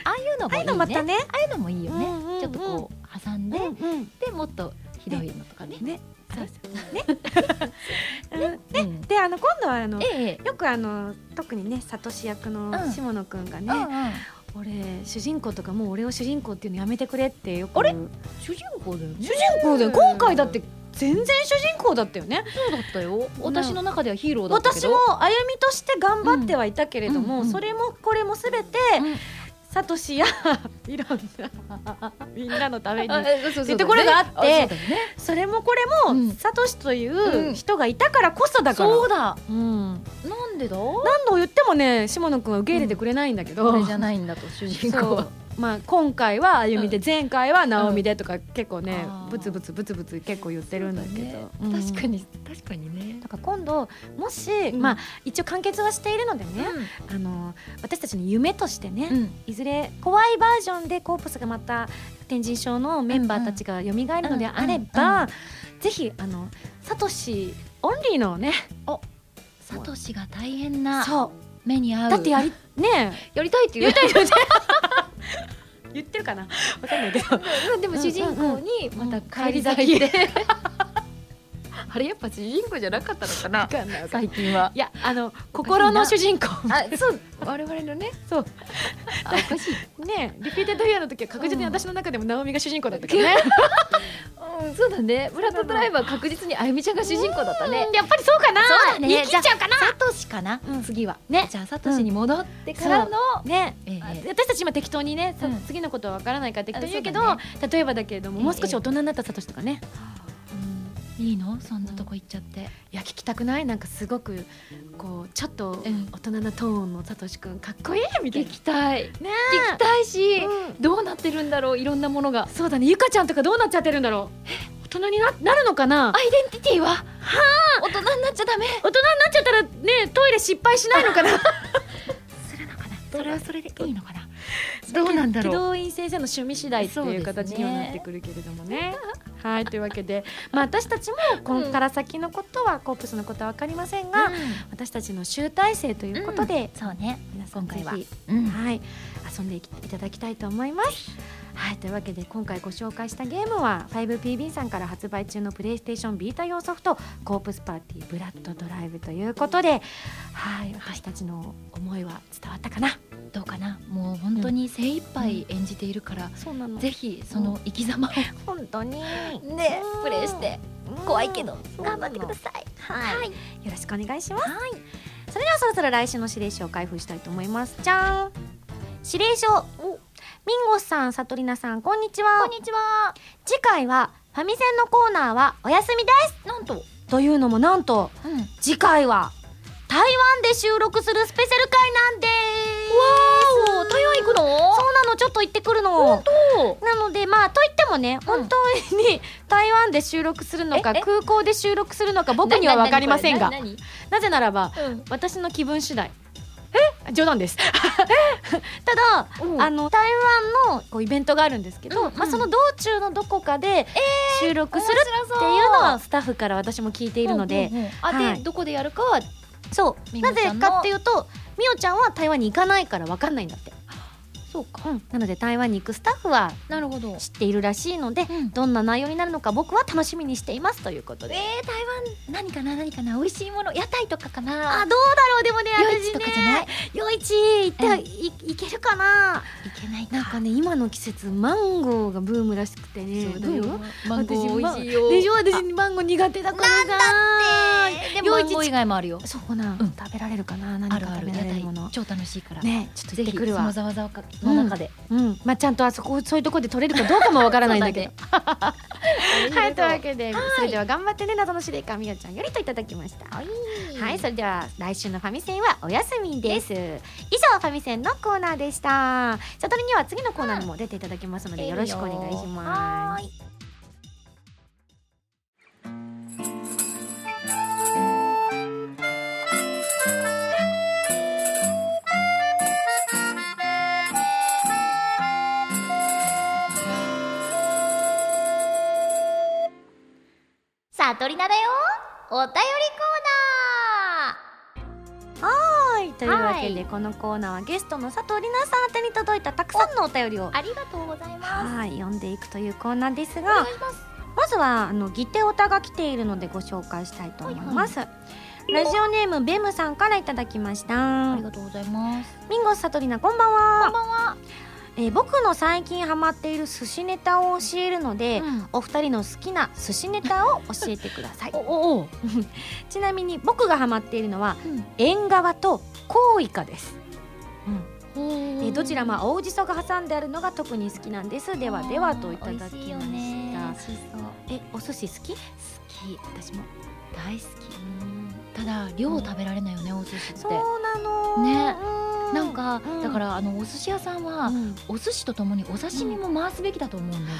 B: ああいうの
A: ああいうの
B: も
A: ま
B: いいね
A: たね。
B: ああいうのもいいよね、
A: うんうんうん
B: ちょっとこう挟んで、
A: うんうん
B: でもっとひどいのとかね。
A: ね
B: あ
A: そ
B: れ
A: うそうねうん
B: うん
A: であの今度はあの
B: ええ、
A: よくあの特にねサトシ役の
B: うん
A: 下野くんが
B: う
A: ね、
B: んうん
A: 俺主人公とかもう俺を主人公っていうのやめてくれってよく
B: あれ主人公だよね。
A: 主人公だよ今回だって全然主人公だったよね
B: そうだったよ。私の中ではヒーローだったけ
A: 私
B: ど。
A: も歩みとして頑張ってはいたけれども、
B: うんうんうん
A: それもこれもすべて、
B: うん
A: サトシやいろんなみんなのために
B: あえそうそう
A: ってところがあって
B: そうだよね
A: それもこれも、
B: うん
A: サトシといううん人がいたからこそだから、
B: そうだ。
A: うん
B: なんでだ？
A: 何度言ってもね下野くんは受け入れてくれないんだけど、
B: これじゃないんだと主人公
A: そ
B: は
A: う。まあ、今回は歩みで、前回は直美でとか結構ね、
B: あー
A: ブツブツブツブツ結構言ってるんだけど、
B: そうだね
A: うん
B: 確かに確かにね。
A: だから今度もし、
B: ん
A: まあ、一応完結はしているのでね、あの私たちの夢としてね、
B: うん。
A: いずれ怖いバージョンでコープスがまた天神賞のメンバーたちが蘇るのであれば、ぜひあのサトシオンリーのね
B: サトシが大変な
A: そ
B: 目に遭
A: う
B: う。
A: だってやりね
B: やりたいって言う。
A: え言ってるかなわかんないけど
B: でも主人公に
A: うん
B: また帰り咲きで。 あれやっぱ主人公じゃなかったのかな。
A: かんない。
B: 最近はい
A: やあの心の主人公
B: あそう我々のね
A: そう
B: あおかしい。
A: ね リピーテッドイヤーの時は確実に私の中でもナオミが主人公だったけどね、
B: うんそうだね。ブラッドドライバー確実にあゆみちゃんが主人公だったね。
A: やっぱりそうかな
B: そうだね
A: 言い切っちゃうかな
B: サトシかな、
A: うん
B: 次は
A: ね
B: じゃあサトシに戻ってからの、
A: ね、
B: ええ
A: あ私たち今適当にね、さ
B: うん
A: 次のことは分からないから適当に言うけ
B: あそ
A: ど
B: うだ
A: 例えばだけれども、
B: ええ
A: もう少し大人になったサトシとかね
B: うんいいのそんなとこ行っちゃって、
A: いや聞きたくないなんかすごくこうちょっと
B: うん
A: 大人なトーンのサトシくんかっこいいみたい
B: 行
A: な
B: きたい
A: ね
B: 行きたいし、
A: うん
B: どうなってるんだろういろんなものが
A: そうだねゆかちゃんとかどうなっちゃってるんだろう大人にななるのかな
B: アイデンティティははあ大人になっちゃダメ
A: 大人になっちゃったらねトイレ失敗しないのかな
B: するのかなそれはそれでいいのかなどうなんだ
A: け
B: ろう
A: ど動員先生の趣味次第って
B: そうで
A: い
B: す
A: う
B: ね
A: 形にはなってくるけれどもね。はいというわけで、まあ、私たちもこ
B: う
A: こ
B: ん
A: から先のことは、コープスのことは分かりませんが、
B: が、
A: 私たちの集大成ということで、
B: そうね
A: 皆さん
B: 今
A: ぜ
B: 回は、
A: ひ、
B: うん
A: はい、遊んでいただきたいと思います。はいというわけで今回ご紹介したゲームは 5PB さんから発売中のプレイステーションビータ用ソフト「コープスパーティーブラッドドライブ」ということではい私たちの思いは伝わったかな。
B: どうかなもう本当に精一杯演じているから、
A: そうなの
B: ぜひその生き様を
A: 本当に
B: ね
A: うん
B: プレイして怖いけど頑張ってください
A: はい、
B: はい
A: よろしくお願いします、それではそろそろ来週の指令書を開封したいと思いますじゃん指令書ミンゴスさんサトリナさんこんにちは
B: こんにちは
A: 次回はファミセンのコーナーはお休みです
B: なんと、
A: というのもなんと
B: うん、
A: 次回は台湾で収録するスペシャル回なんです
B: お台湾行くの
A: そうなのちょっと行ってくるの
B: 当
A: なのでまあといってもね、本当に台湾で収録するのか
B: ええ
A: 空港で収録するのか僕には分かりませんが
B: なに
A: なぜならば
B: なに
A: 私の気分次第え冗談ですただ
B: なにうん
A: あの台湾のこうイベントがあるんですけど、
B: うんうん
A: まあ、その道中のどこかで収録する
B: 面白
A: って
B: そう
A: いうのはスタッフから私も聞いているので、
B: うんうんうんあで、
A: はい
B: どこでやるかは
A: そう
B: み
A: な
B: おち
A: ぜ
B: ゃんの
A: かっていうとみおちゃんは台湾に行かないから分かんないんだって、
B: そうか
A: うん、なので台湾に行くスタッフは
B: なるほど、
A: 知っているらしいので
B: うん
A: どんな内容になるのか僕は楽しみにしていますということ
B: えー、
A: で。
B: 台湾何かな何かな美味しいもの屋台とかか
A: あど
B: な
A: うだろうでもね
B: 夜市
A: 私
B: とかじゃない
A: ね夜市行って、
B: うん
A: いいけるかない
B: けないか
A: なんかね今の季節マンゴーがブームらしくてね
B: そうだよ
A: ブーム
B: マンゴー美味しいよ
A: でしょ
B: あ
A: 私マンゴー苦手だからなんだ
B: でもマンゴー以外もあるよ
A: そうなん、
B: うん
A: 食べられるかな何
B: ある
A: か
B: あ
A: 食
B: る
A: べ
B: 屋
A: られ
B: 台
A: るもの
B: 超楽しいから
A: ねちょっと
B: ぜ
A: 行って
B: ひそ
A: くる
B: の
A: わ
B: ざわざの中で、
A: うんまあちゃんとあそこそういうとこで取れるかどうかもわからないんだけ どはいというわ
B: け
A: けでそれでは頑張ってね謎の司令官みよちゃんよりといただきましたはい、それでは来週のファミセンはお休みです。以上ファミセンのコーナーでした。サトリには次のコーナーにも出ていただきますので、よろしくお願いします。
B: す
C: サトリナだよお便りコーナー
A: ははいというわけで、
B: はい
A: このコーナーはゲストの佐藤里奈さん宛てに届いたたくさんのお便りを
B: ありがとうございます。
A: はい読んでいくというコーナーです
B: お願
A: が
B: いします。
A: まずはあのギテオタが来ているのでご紹介したいと思います、ラジオネームベムさんからいただきました
B: ありがとうございます。
A: ミンゴスサトリナこんばんは
B: こんばんは。
A: えー僕の最近ハマっている寿司ネタを教えるので、
B: うん
A: お二人の好きな寿司ネタを教えてください
B: おお。
A: ちなみに僕がハマっているのは
B: うん
A: 縁側とコウイカです、え
B: え
A: ーどちらも青じそが挟んであるのが特に好きなんですではではといただきました
B: しそう
A: えお寿司好き
B: 好
A: 私も
B: 大好きただ量食べられないよねお寿司って
A: そうなの
B: ね
A: う
B: なんか、
A: うん
B: だからあのお寿司屋さんは、
A: うん
B: お寿司とともにお刺身も回すべきだと思うんだよね、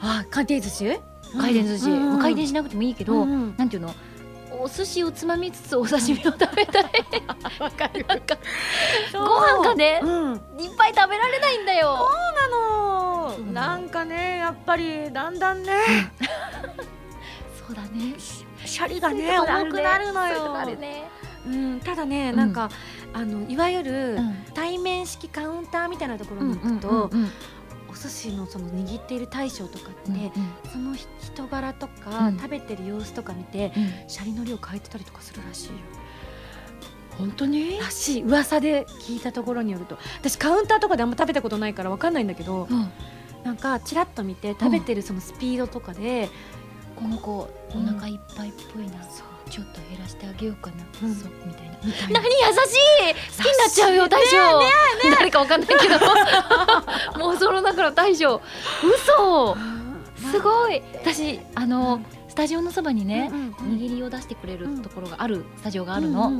A: あ回転寿司
B: 回転寿司、
A: うん
B: まあ回転しなくてもいいけど、
A: うんうん
B: なんていうのお寿司をつまみつつお刺身を食べたい わかるわかる
A: そう
B: ご飯がね、
A: うん
B: いっぱい食べられないんだよ
A: あの
B: そう
A: なんかねやっぱりだんだんね
B: そうだね
A: シャリが
B: そういう
A: ね
B: とこあ
A: 重
B: るね
A: くなるの
B: そういうとこあ
A: よ
B: るね
A: うんただね
B: うん
A: なんかあのいわゆる
B: うん
A: 対面式カウンターみたいなところに行く
B: うんうん
A: と
B: うんうん
A: お寿司のその握っている大将とかって
B: うん
A: その人人柄とか
B: うん
A: 食べてる様子とか見て
B: うん
A: シャリの量変えてたりとかするらしいよ
B: 本当に
A: らしい噂で聞いたところによると私カウンターとかであんま食べたことないからわかんないんだけど
B: うん
A: なんかちらっと見て食べてるそのスピードとかで
B: この子お
A: うん
B: 腹いっぱいっぽいな、ちょっと減らしてあげようかな、
A: うん
B: そうみたいな
A: みたいな
B: 何優しい好きになっちゃうよ大将、誰かわかんないけ どもうその中の大将嘘す
A: い
B: ごい私あの、スタジオのそばにね、
A: 握
B: 握りを出してくれるところがあるスタジオがあるの、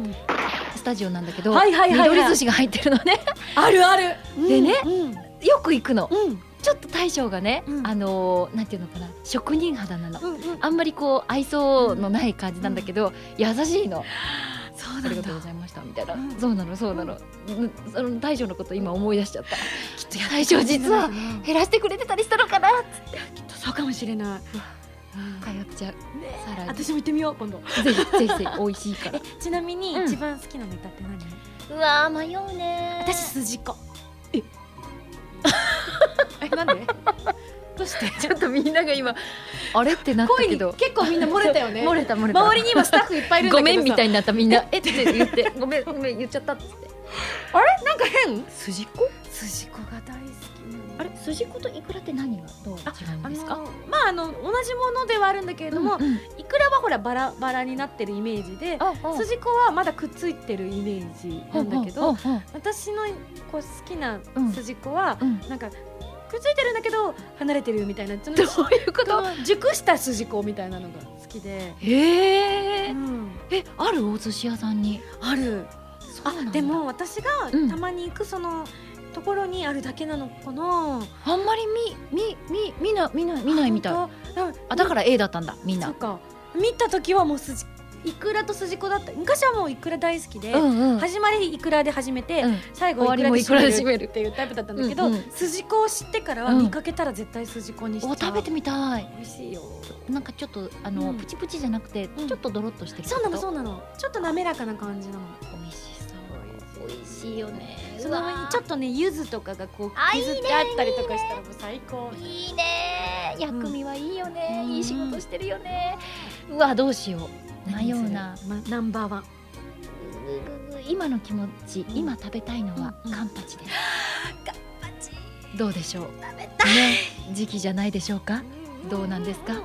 B: スタジオなんだけど、
A: はいはいはいはい
B: 緑寿司が入ってるのね
A: あるある
B: でね
A: うん
B: よく行くの
A: うん
B: ちょっと大将がね、
A: うん
B: あのなんていうのかな職人肌なの
A: うんうん
B: あんまりこう愛想のない感じなんだけど、優しいの
A: そう
B: あ
A: な
B: り
A: ん
B: が
A: だ
B: とうございましたみたいな、
A: うん
B: そうなのそうなの、うんその大将のこと今思い出しちゃった
A: きっとや
B: 大将実は
A: き
B: 減らしてくれてたりしたのかなっ
A: っとそうかもしれない
B: 通っちゃう
A: うんね
B: さらにぜ
A: 私も行ってみよう今度
B: ひぜひぜひ美味しいから
A: えちなみに
B: うん
A: 一番好きなネタって何
B: うわー迷うね
A: 私筋子 ええなんでどうして
B: ちょっとみんなが今あれってなった
A: 声
B: け
A: に
B: ど
A: 結構みんな漏れたよ ね
B: 漏れた漏れた
A: 周りに今スタッフいっぱいいるんだ
B: ご
A: けど
B: めんみた
A: い
B: いになったみんなえって言ってごめんごめん言っちゃったっつって
A: なんか変
B: 筋子
A: 筋子が大好きなの
B: あれ筋子とイクラって何がどう違うん
A: あ
B: ですか
A: のまああの同じものではあるんだけれども、
B: うんうん
A: いくらはほらバラバラになってるイメージで
B: ああ
A: 筋子はまだくっついてるイメージなんだけど、
B: あああ
A: 私のこう好きな
B: うん
A: 筋子は、
B: うん
A: なんかくっついてるんだけど離れてるみたいなちょっ
B: ど
A: と
B: ういうこと
A: 熟した筋子みたいなのが好きで、う
B: へえ
A: ん
B: えあるお寿司屋さんに
A: ある
B: そうなん
A: あ
B: だ
A: でも私が
B: うん
A: たまに行くそのところにあるだけなのかな、
B: あんまり見見見見な見ない見ないみたい
A: 本当うん
B: あだから A だったんだみんな
A: そうか見た時はもう筋いくらと筋子だった昔はもういくら大好きで、
B: んう
A: 始まりいくらで始めて、
B: うん
A: 最後
B: 終
A: い
B: わ
A: くら
B: りも
A: で
B: いくらで
A: 締
B: 締
A: め
B: め
A: る
B: る
A: っていうタイプだったんだけど、
B: うんうん
A: 筋子を知ってからは
B: うん
A: 見かけたら絶対筋子にしちゃう、
B: お食べてみたい
A: 美味しいよ
B: なんかちょっとあの、
A: うん
B: プチプチじゃなくて、
A: うん
B: ちょっとドロッとしてきた
A: そうなのそううなのちょっと滑らかな感じなの
B: 美味しそう美味しいよね
A: その上にちょっ
B: と
A: とね柚子とかがこう
B: あいい
A: 削ってあったりとかしたらもう最高
B: いいね薬味はいいよね、
A: うん
B: いい仕事してるよね、うわどうしよう迷うな
A: 何する、ま、ナンバーワン
B: ぐぐぐ今の気持ち、
A: うん
B: 今食べたいのは
A: うんうん
B: カンパチ です、
A: パチ
B: どうでしょう食べ
A: べ
B: たい、ね、時期じゃないでしょうかどうなんですか
A: んうんうん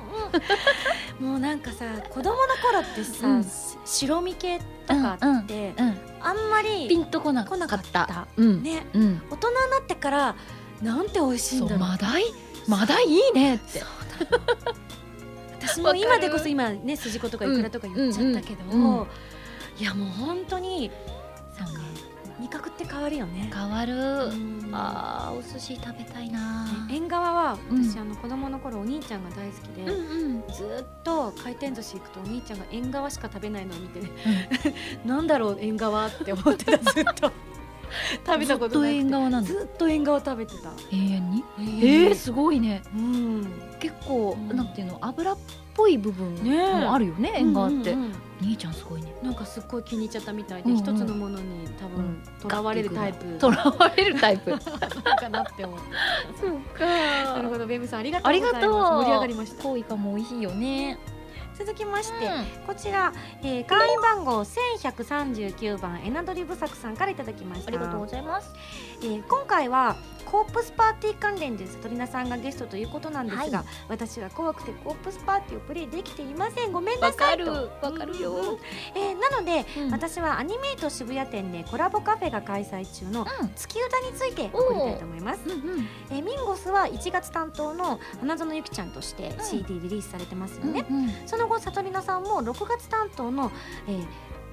A: もうなんかさ子供の頃ってさ、
B: うん
A: し白身系とかあって、
B: うん
A: あんまり
B: ピンとこなか
A: 来
B: った
A: なかった
B: うん、
A: ね
B: うん
A: 大人になってからなんて美味しいん
B: そ
A: だろ
B: う
A: う
B: マダイマダイいいねって
A: 私も
B: わかる
A: 今でこそ今ね筋子とかいくらとか言っちゃったけど、
B: うんうんうん
A: いやもう本当に
B: そうね
A: 味覚って変わるよね。
B: 変わる、
A: うん
B: あーお寿司食べたいな
A: ね縁側は
B: うん
A: 私、あの子供の頃お兄ちゃんが大好きで、
B: うん
A: ずーっと回転寿司行くとお兄ちゃんが縁側しか食べないのを見てね、 なんだろう縁側って思 ってたずっと食べたことな
B: ずっと縁
A: い
B: 側なんだ
A: ずっと縁側食べてた
B: 永遠に
A: え
B: えー、すごいね
A: うん
B: 結構、
A: うん
B: なんていうの油っぽい部分
A: ねえ
B: もあるよね縁があって、
A: うんうんうん
B: 兄ちゃんすごいね
A: なんかすっごい気に入っちゃったみたいで、
B: うんうん
A: 一つのものに多分とらわれるタイプ
B: とらわれるタ イプ
A: かなって思って
B: そう
A: なる
B: か
A: ほどベムさんありがと
B: あ
A: うご
B: り
A: ざい
B: が
A: ます
B: とう
A: 盛り上がりました
B: コウイカも美味しいよね
A: 続きまして、
B: うん
A: こちら、えー、会員番号1139番エナドリブサクさんからいただきました
B: ありがとうございます
A: えー今回はコープスパーティー関連で里奈さんがゲストということなんですが、
B: は
A: 私は怖くてコープスパーティーをプレイできていませんごめんな
B: わ
A: さ
B: か
A: い
B: る
A: と
B: わかるよ、
A: えーなので、
B: うん
A: 私はアニメイト渋谷店でコラボカフェが開催中の
B: うん
A: 月歌について送りたいと思います
B: うんうん
A: えーミンゴスは1月担当の花園ゆきちゃんとして
B: ん
A: CD リリースされてますよ
B: うん
A: ね、
B: うん
A: その後里奈さんも6月担当の、えー、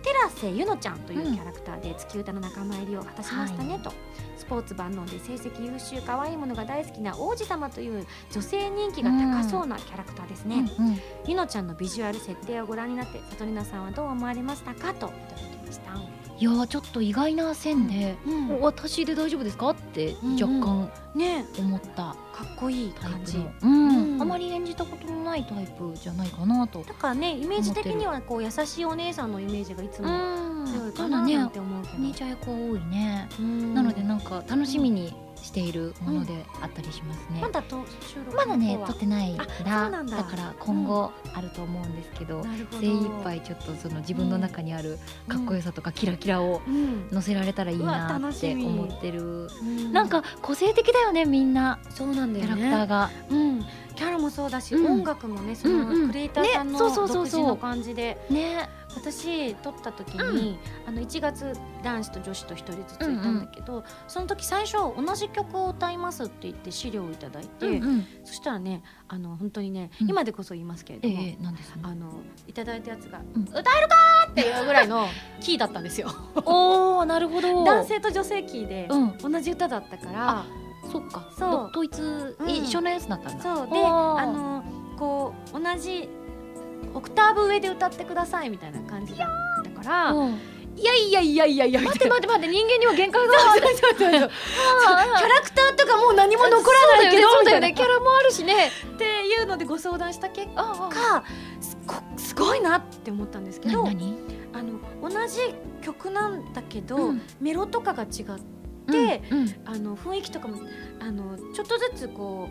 A: 寺瀬ゆのちゃんというキャラクターで月歌の仲間入りを果たしましたね、
B: はい
A: とスポーツ万能で成績優秀可愛いものが大好きな王子様という女性人気が高そうなキャラクターですね、
B: うんうん
A: ゆのちゃんのビジュアル設定をご覧になって里奈さんはどう思われましたかといただきました、
B: いやーちょっと意外な線で、
A: うん
B: 私で大丈夫ですかって
A: うん
B: 若
A: うん
B: 干
A: ね
B: 思った
A: えかっこいい
B: タイ
A: 感
B: プ
A: じ
B: の、うん
A: うん
B: あまり演じたことのないタイプじゃないかなと、
A: だからねイメージ的にはこう優しいお姉さんのイメージがいつも強い
B: そ
A: か
B: う
A: なな
B: だね
A: んて思うけど、
B: お姉ちゃん役は多いね、
A: うん
B: なのでなんか楽しみにしているものであったりしますね、
A: まだと収録の方
B: ま
A: は
B: だね撮ってない
A: あ
B: か
A: そう
B: ら
A: なんだ
B: から今後あると思うんですけど、
A: なるほど
B: 精一杯ちょっとその自分の中にあるかっこよさとかキラキラを
A: うん、
B: 乗せられたらいいうな
A: わ楽
B: っ
A: してみ
B: 思ってる
A: うん
B: なんか個性的だよねみんな
A: そうなん
B: キ
A: だよ
B: ャラ
A: ね
B: クターが、
A: うん、キャラもそうだし、
B: うん
A: 音楽もねその
B: うんうん
A: クリエイターさんの
B: ねそうそうそうそ
A: 独
B: う
A: 自の感じで、
B: ね
A: 私撮った時に、あの1月男子と女子と1人ずついたんだけど、その時最初同じ曲を歌いますって言って資料をいただいて、
B: うん
A: そしたらねあの本当にね、
B: うん
A: 今でこそ言いますけれ
B: え
A: ども、
B: えなんですね
A: あのいただいたやつが
B: うん
A: 歌えるかーっていうぐらいのキーだったんですよ
B: おおなるほど
A: 男性と女性キーで
B: うん
A: 同じ歌だったから、
B: そっか
A: そう
B: ど統一、
A: ん
B: 一緒のやつだったんだ
A: そうで
B: おー
A: あのこう同じオクターブ上で歌ってくださいみたいな感じだったから
B: うん
A: いやいやいやいやいやみ
B: 待ったて
A: いな
B: 待って待って人間には限界が
A: そう そうそうそうキャ
B: ラ
A: ラクターとかもう何も残らないけど
B: そう
A: み
B: だ
A: た
B: よ
A: いな
B: ね
A: っ
B: キャラもあるしね
A: ていうのでご相談した結
B: あ
A: 果すごすごいなって思ったんですけど
B: 何
A: あの同じ曲なんだけど、
B: うん
A: メロとかが違って
B: で、うん
A: あの雰囲気とかもあのちょっとずつこ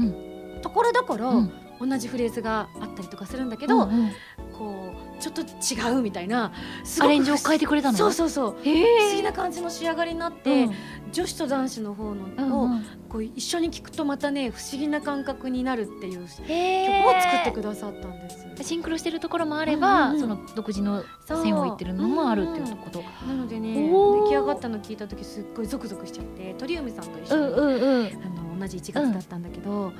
A: う、
B: う
A: ところどころ、
B: うん
A: 同じフレーズがあったりとかするんだけ
B: け
A: ど、
B: ど、うん
A: こうちょっと違うみたいなす
B: ア
A: ごく
B: レンジを変えてくれたの
A: そうそうそう
B: へ
A: 不思
B: え
A: 議な感じの仕上がりになって、女子と男子の方の
B: うん
A: を、
B: うん
A: こう一緒に聞くとまたね不思議な感覚になるっていう曲
B: へ
A: を作ってく
B: れ
A: ださったんです、
B: シンクロしてるところもあれば、
A: うんうん
B: その独自の線をいってるのもあるっていうこと、
A: なのでね
B: おー
A: 出来上がったの聞いた時すっごいゾクゾクしちゃって鳥海さんと一緒に、
B: んうん
A: あの同じ1月だったんだけど、うん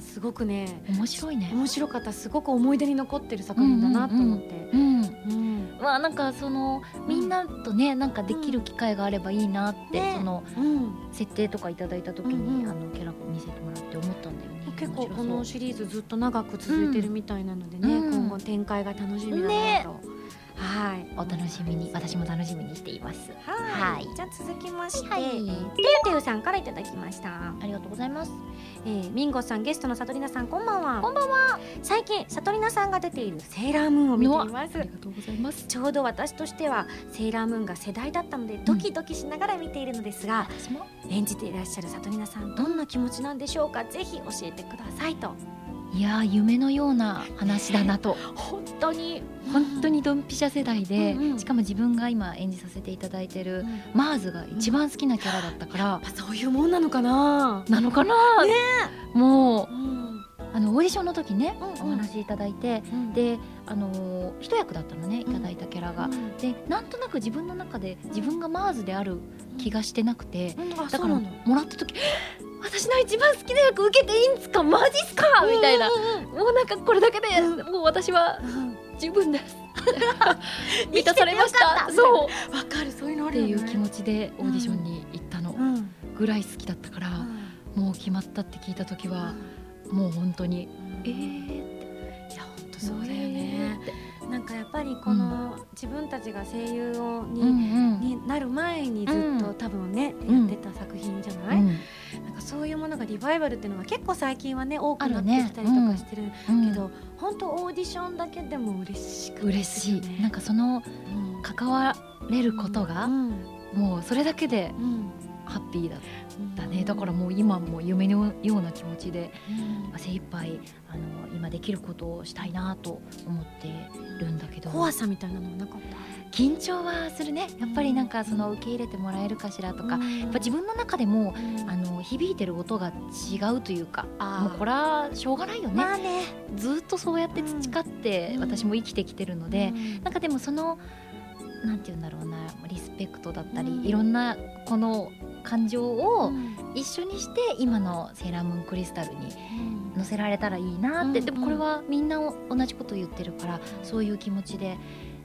A: すごくね
B: 面白いね
A: 面白かったすごく思い出に残ってる作品だなと思って、
B: うん
A: うん
B: まあなんかそのみんなとねなんかできる機会があればいいなって、
A: ね
B: その
A: うん
B: 設定とかいただいた時
A: う
B: に、
A: んうん
B: あのキャラ見せてもらって思ったんだよね
A: 結構こ
B: 面
A: の
B: 白
A: シリーズずっと長く続いてるみたいなのでね、
B: うん
A: 今後展開が楽しみだなと、はい
B: そうお楽しみに私も楽しみにしています
A: は、
B: はいい
A: じゃあ続きまして、
B: はいはい
A: えーてうてうさんからいただきました、
B: ありがとうございます
A: えー、ミンゴさんゲストのさとりなさんこんばんはこんばんは最近さとりなさんが出ているセーラームーンを見ています
B: がとうございます
A: ちょうど私としてはセーラームーンが世代だったのでドキドキしながら見ているのですが、
B: 私も
A: 演じていらっしゃるさとりなさんどんな気持ちなんでしょうかぜひ教えてくださいと
B: いやー夢のような話だなと
A: 本当に
B: 本当にドンピシャ世代で、
A: うんうん
B: しかも自分が今演じさせていただいてる、
A: うん
B: マーズが一番好きなキャラだったから、
A: やっぱそういうもんなのかな、
B: なのかな、もう
A: うん
B: あのオーディションの時ね、
A: うんうん
B: お話いただいてであのー一役だったのねいただいたキャラが、
A: うん
B: でなんとなく自分の中で自分がマーズである気がしてなくて、
A: うんあ
B: だ
A: そ
B: か
A: う
B: ら
A: なの
B: もらった時「私の一番好きな役受けていいんですかマジっすか!」みたいな、
A: うんうんうん
B: もうなんかこれだけで、
A: う
B: もう私は
A: うん
B: 十分です
A: 生きててよかった
B: 満たされました
A: みたいな
B: そう
A: わかるそういうのあ
B: って
A: るよ、
B: い
A: ね、
B: う気持ちでオーディションに行ったの
A: うん
B: ぐらい好きだったから、もう決まったって聞いた時はもう本当に
A: うん
B: えーって
A: いや本当そうだよね、
B: えーって
A: なん
C: かやっぱりこの自分たちが声優をに,、
B: うん
C: になる前にずっ
B: う
C: と
B: ん
C: 多分ね、
B: うん
C: やってた作品じゃない、
B: うん
C: なんかそういうものがリバイバルっていうのが結構最近はね多くな
B: あ
C: っ
B: る
C: て
B: ね
C: きたりとかしてる
B: うん
C: けど、本当オーディションだけでも嬉しく
B: 嬉しい、なん
C: か
B: かその関われることが、
C: うん
B: もうそれだけで
C: うん
B: ハッピーだっ
C: うん
B: たね、だからもう今も夢のような気持ちで
C: うん
B: 精一杯あの今できることをしたいなと思ってるんだけど
C: 怖さみたいなのはなかった
B: 緊張はするねやっぱりなんかその受け入れてもらえるかしらとか、やっ
C: や
B: ぱ自分の中でも
C: 分
B: あの響いてる音が違うというか
C: あー
B: もうこれはしょうがないよね、
C: まあね
B: ずっとそうやって培って
C: うん
B: 私も生きてきてるので、
C: うん
B: なんかでもそのなんて言うんだろうなリスペクトだったり、
C: うん
B: いろんなこの感情を
C: うん
B: 一緒にして今の「セーラームーンクリスタル」に
C: うん
B: 乗せられたらいいなって、
C: うん
B: でもこれはみんな同じこと言ってるからそういう気持ちで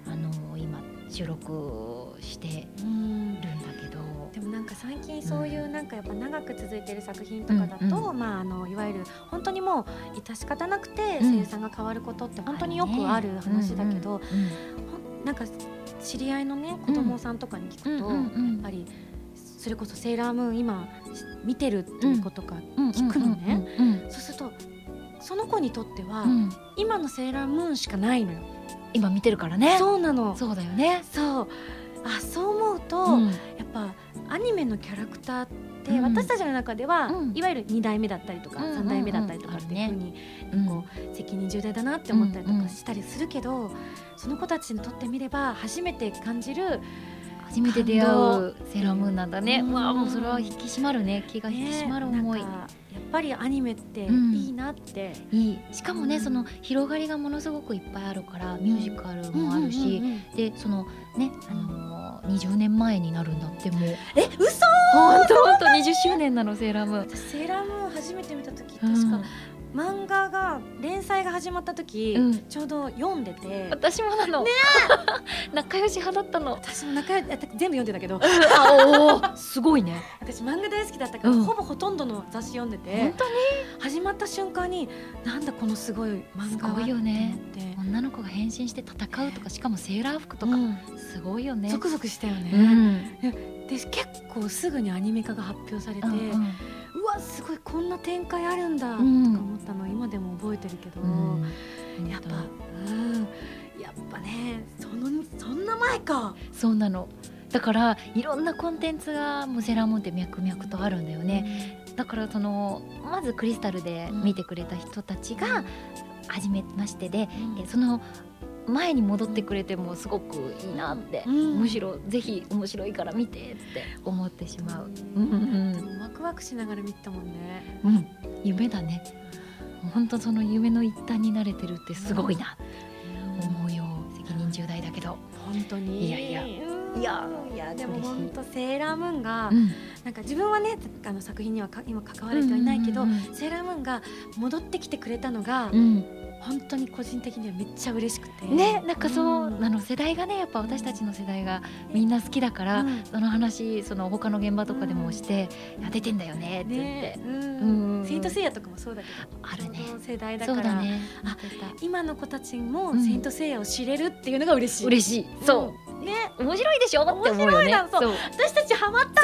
B: あの今収録をして
C: うん
B: るんだけど。
C: でもなんか最近そういうなんかやっぱ長く続いてる作品とかだ
B: うん
C: と、まああのいわゆる本当にもう致し方なくて
B: うん
C: 声優さんが変わることって本当によくある話だけど、ほんなんか知り合いのね子供さんとかに聞
B: うん
C: くと、
B: うん
C: や
B: うん
C: っぱりそれこそセーラームーン今見てるっていうことか、
B: うん
C: 聞くのね
B: うんうんうん
C: そうするとその子にとっては、
B: うん
C: 今のセーラームーンしかないのよ。
B: 今見てるからねそう
C: そうなの。
B: だよね。
C: そう。あ、そう思うと、
B: うん
C: やっぱアニメのキャラクターって、
B: うん
C: 私たちの中では、
B: うん
C: いわゆる2代目だったりとか、
B: うんうんうん
C: 3代目だったりとかっていうふうに、こう責任重大だなって思ったりと
B: うんう
C: か
B: ん
C: したりするけど、その子たちにとってみれば初めて感じる
B: 初めて出会うセーラームーンなんだね。
C: うん
B: わあもうそれは引き締まるね。気が引き締まる思い。
C: ねなんかやっぱりアニメって
B: うん
C: いいなって、
B: いい。しかも
C: う
B: ね
C: ん
B: その広がりがものすごくいっぱいあるからミュージカルもあるし、
C: うんうんうんうん
B: でそのねあのー20年前になるんだってもう。
C: え嘘
B: 本当本当20周年なのセーラームーン。
C: 私セーラームーン初めて見た時確
B: 確
C: か
B: か、
C: 漫画が連載が始まった時、
B: うん
C: ちょうど読んでて
B: 私もなの。ね仲良し派だったの。
C: 私も仲良い全部読んでたけど
B: あおおすごいね。
C: 私漫画大好きだったから、
B: うん
C: ほぼほとんどの雑誌読んでて
B: 本当に
C: 始まった瞬間になんだこのすごい漫画は
B: すごいよね
C: って思って
B: 女の子が変身して戦うとかしかもセーラー服とか、
C: うん
B: すごいよね。
C: ゾクゾクしたよね、
B: うん
C: で結構すぐにアニメ化が発表されて、う
B: うんうん
C: わすごいこんな展開あるんだとか
B: うん
C: 思ったの今でも覚えてるけど、やっぱ、うん、やっぱねそのそんな前か、
B: そうなのだからいろんなコンテンツがもうセーラームーンって脈々とあるんだよね、だからそのまずクリスタルで見てくれた人たちが初めましてで、
C: うん
B: えその前に戻ってくれてもすごくいいなって、
C: うん
B: むしろぜひ面白いから見てって思ってしまう、うん
C: でもワクワクしながら見てたもんね
B: うん、夢だね本当その夢の一端に慣れてるってすごいな、思うよ責任重大だけど、
C: 本当に
B: いやいや
C: うん
B: いや
C: いやでも
B: 嬉しい
C: 本当セーラームーンが、
B: ん、
C: なんか自分はねあの作品にはか今関われてはいないけど、
B: うん
C: セーラームーンが戻ってきてくれたのが、
B: うん
C: 本当に個人的にはめっちゃ嬉しくて
B: ね、なんかそう、
C: ん
B: あの世代がねやっぱ私たちの世代がみんな好きだから、
C: うん
B: その話その他の現場とかでもして「いや出てんだよね」って言っ
C: ね
B: て、
C: う
B: うん
C: んセイントセイヤとかもそうだけど
B: あるね
C: その世代だ
B: そ
C: か
B: う
C: ら
B: だね
C: あ
B: あ
C: 今の子たちも
B: うん
C: セイントセイヤを知れるっていうのが嬉しい、、
B: 嬉しいそう
C: ね
B: う、面白いでしょって思うよね
C: 面白いなそう
B: う
C: 私たちハマった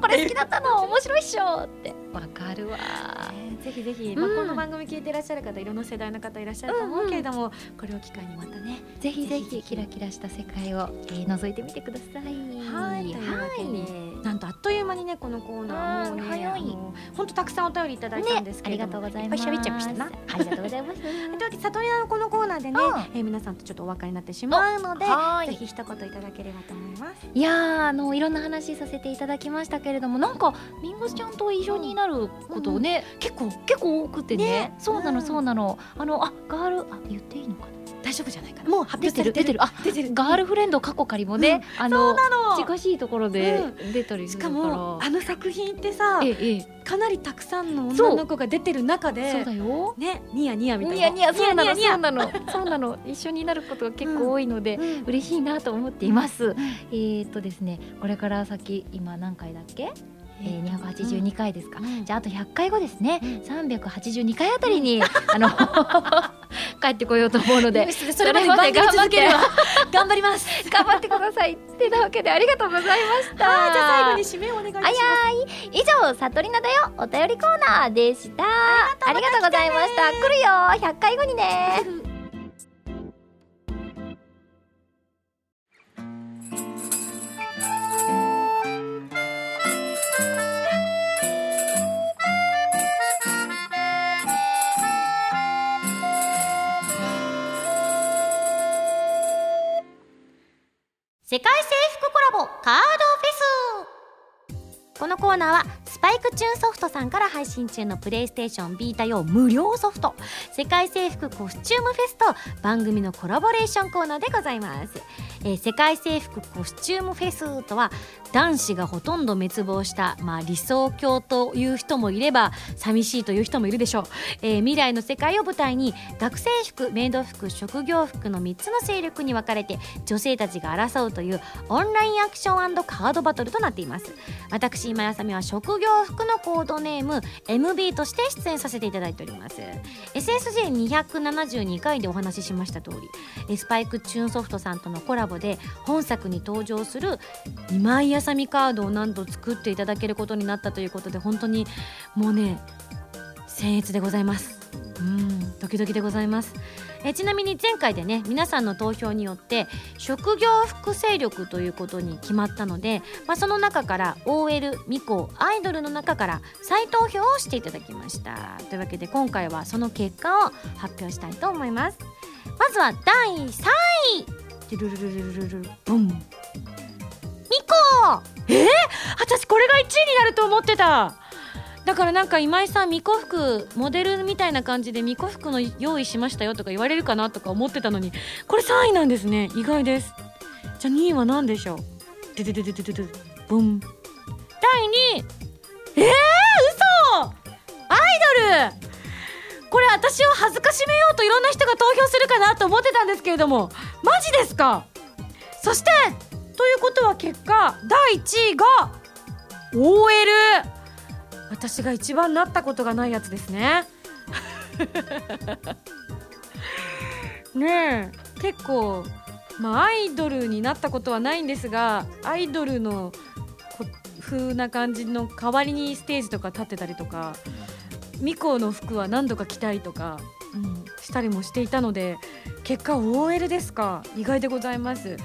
B: これ好きだったの面白いっしょってわかるわ
C: ねぜひぜひ、まあ、
B: うん
C: この番組聞いていらっしゃる方いろんな世代の方いらっしゃると思うけれども、これを機会にまたね
B: ぜひぜ
C: ぜひぜ
B: ひ
C: ひ
B: キラキラした世界を、えー覗いてみてください
C: はいというわけで
B: は
C: なんとあっという間にねこのコーナーもうね
B: うん早い
C: 本当たくさんお便りいただい
B: い
C: たんで
B: ね
C: す、
B: あ
C: けれ
B: り
C: ど
B: が
C: も、
B: とうござい
C: っ
B: ま
C: ぱ
B: す
C: い喋っちゃいましたな
B: ありがとうござい ます
C: というわけで里親のこのコーナーでね、えー皆さんとちょっとお別れになってしまうので、
B: は
C: ぜひ一言いただければと思います。
B: いやーあのいろんな話させていただきましたけれどもなんかミンゴスちゃんと一緒になることをね、結構結構多くてね
C: ね
B: そうな
C: う
B: の
C: ん
B: そうなの、あのあガールあ言っていいのかな
C: 大丈夫じゃないかな。もう発
B: 出てる出てるあ
C: 出てる。
B: ガールフレンド過去仮もね、あの
C: なの
B: 近しいところで
C: う
B: 出たり
C: し
B: する
C: か
B: から、
C: もあの作品ってさ
B: ええええ
C: かなりたくさんの
B: そう
C: 女の子が出てる中
B: そう
C: で
B: だよ
C: ねニヤニヤみたいな
B: ニヤニヤそうなの
C: ニ
B: そ
C: ヤ
B: うなのそうなの一緒になることが結構多いので、
C: ニヤうん
B: 嬉しいなと思っています。えーっとですね、これから先今何回だっけ？えー、282回ですか。
C: うん
B: じゃああと100回後ですね、
C: うん
B: 382回あたりに、あの語 帰ってこようと思うので
A: それまで番組続けるわ頑張ります
B: 頑張ってくださいってなわけでありがとうございました
A: はいじゃあ最後に締めをお願いしま
C: あや
A: す
C: ーい以上「サトリナだよ」お便りコーナーでしたありがとうございました来るよ100回後にね世界征服コラボカードフェスこのコーナーはスパイクチューンソフトさんから配信中のプレイステーションビータ用無料ソフト世界征服コスチュームフェスと番組のコラボレーションコーナーでございます、えー世界征服コスチュームフェスとは男子がほとんど滅亡した、まあ、理想郷という人もいれば寂しいという人もいるでしょう、えー未来の世界を舞台に学生服メイド服職業服の3つの勢力に分かれて女性たちが争うというオンラインアクションカードバトルとなっています私今やさみは職業服のコードネーム MB として出演させていただいております SSJ272 回でお話ししました通りえスパイクチューンソフトさんとのコラボで本作に登場する今井あさみカードをなんと作っていただけることになったということで本当にもうね僭越でございますうんドキドキでございますえちなみに前回でね皆さんの投票によって職業服勢力ということに決まったので、まあ、その中から OL ミコアイドルの中から再投票をしていただきましたというわけで今回はその結果を発表したいと思いますまずは第3位ルルルルルルルルブンミコ
A: 私これが1位になると思ってただからなんか今井さん巫女服モデルみたいな感じで巫女服の用意しましたよとか言われるかなとか思ってたのにこれ3位なんですね意外ですじゃあ2位は何でしょうでででででででブン第2位えー、嘘アイドルこれ私を恥ずかしめようといろんな人が投票するかなと思ってたんですけれどもマジですかそしてということは結果第1位が OL 私が一番なったことがないやつですねねえ結構まあアイドルになったことはないんですがアイドルのこ風な感じの代わりにステージとか立ってたりとかミコの服は何度か着たいとか、うん、したりもしていたので結果 OL ですか意外でございます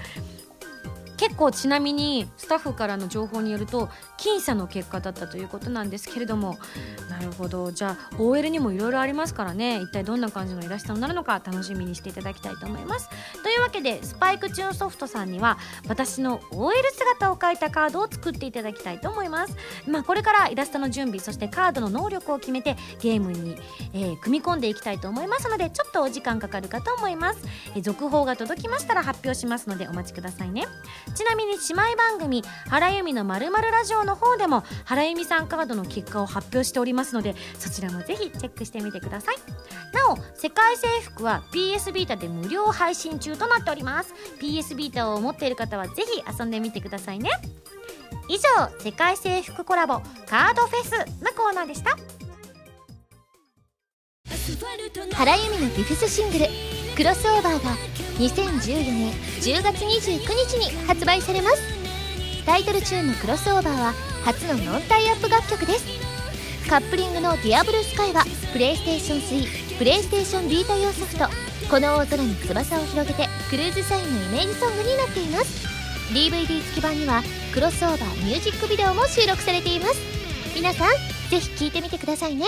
A: 結構ちなみにスタッフからの情報によると僅差の結果だったということなんですけれどもなるほどじゃあ OL にもいろいろありますからね一体どんな感じのイラストになるのか楽しみにしていただきたいと思いますというわけでスパイクチューンソフトさんには私の OL 姿を描いたカードを作っていただきたいと思いますまあこれからイラストの準備そしてカードの能力を決めてゲームに、えー組み込んでいきたいと思いますのでちょっとお時間かかるかと思います、えー続報が届きましたら発表しますのでお待ちくださいねちなみに姉妹番組「原由美のまるラジオ」の方でも原由美さんカードの結果を発表しておりますのでそちらもぜひチェックしてみてくださいなお「世界征服」は PS ビータで無料配信中となっております PS ビータを持っている方はぜひ遊んでみてくださいね以上「世界征服コラボカードフェス」のコーナーでした
C: 原由美のビフスシングル「クロスオーバー」が2014年10月29日に発売されますタイトルチューンの「クロスオーバー」は初のノンタイアップ楽曲ですカップリングの「ディアブルスカイはプレイステーション3プレイステーションビータ用ソフト「この大空に翼を広げて」クルーズサインのイメージソングになっています DVD 付き版には「クロスオーバー」ミュージックビデオも収録されています皆さんぜひ聴いてみてくださいね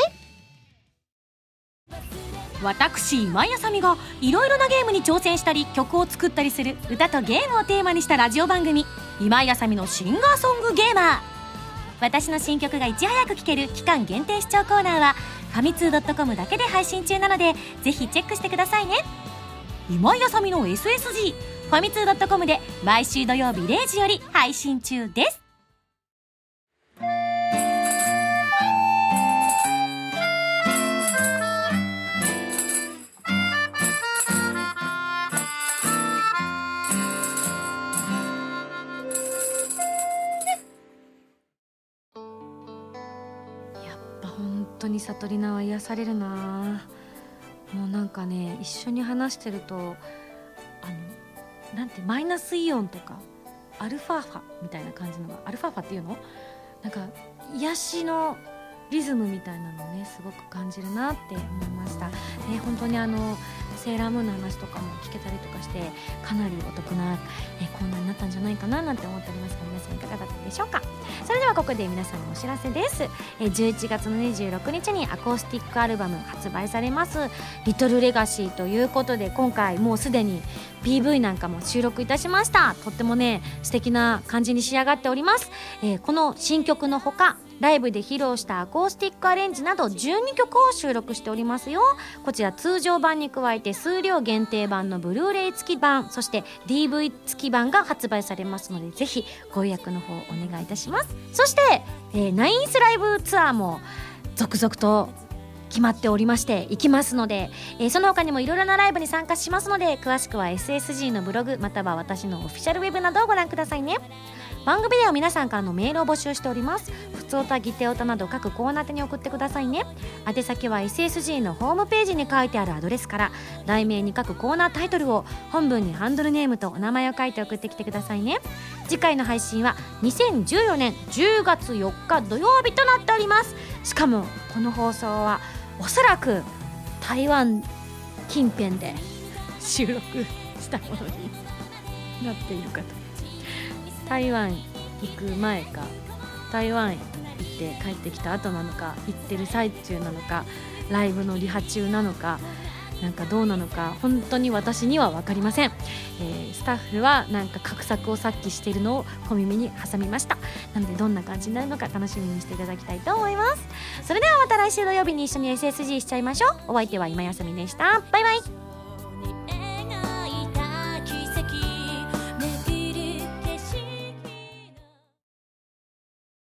A: 私今井あさみがいろいろなゲームに挑戦したり曲を作ったりする歌とゲームをテーマにしたラジオ番組「今井あさみのシンガーソングゲーマー」私の新曲がいち早く聴ける期間限定視聴コーナーはファミツー .com だけで配信中なのでぜひチェックしてくださいね今井あさみの SSG ファミツー .com で毎週土曜日0時より配信中ですやっぱ本当に悟りなは癒されるなあもうなんかね一緒に話してるとあのなんてマイナスイオンとかアルファーファみたいな感じのがアルファーファっていうのなんか癒しのリズムみたいなのをねすごく感じるなって思いました、ね、本当にあのセーラームーンの話とかも聞けたりとかしてかなりお得な、えコーナーになったんじゃないかななんて思っておりますが皆さんいかがだったでしょうかそれではここで皆さんのお知らせですえー11月の26日にアコースティックアルバム発売されます「リトルレガシーということで今回もうすでに PV なんかも収録いたしましたとってもね素敵な感じに仕上がっております、えーこの新曲のほかライブで披露したアコースティックアレンジなど12曲を収録しておりますよこちら通常版に加えて数量限定版のブルーレイ付き版そして DV 付き版が発売されますのでぜひご予約の方お願いいたしますそして、えーナインスライブツアーも続々と決まっておりまして行きますので、えーその他にもいろいろなライブに参加しますので詳しくは SSG のブログまたは私のオフィシャルウェブなどをご覧くださいね番組では皆さんからのメールを募集しております普通歌ギテオタなど各コーナー宛てに送ってくださいね宛先は SSG のホームページに書いてあるアドレスから題名に書くコーナータイトルを本文にハンドルネームとお名前を書いて送ってきてくださいね次回の配信は2014年10月4日土曜日となっておりますしかもこの放送はおそらく台湾近辺で収録したものになっているかと台湾行く前か台湾行って帰ってきた後なのか行ってる最中なのかライブのリハ中なのかなんかどうなのか本当に私には分かりません、えースタッフはなんか画策を察起しているのを小耳に挟みましたなのでどんな感じになるのか楽しみにしていただきたいと思いますそれではまた来週土曜日に一緒に SSG しちゃいましょうお相手は今休みでしたバイバイ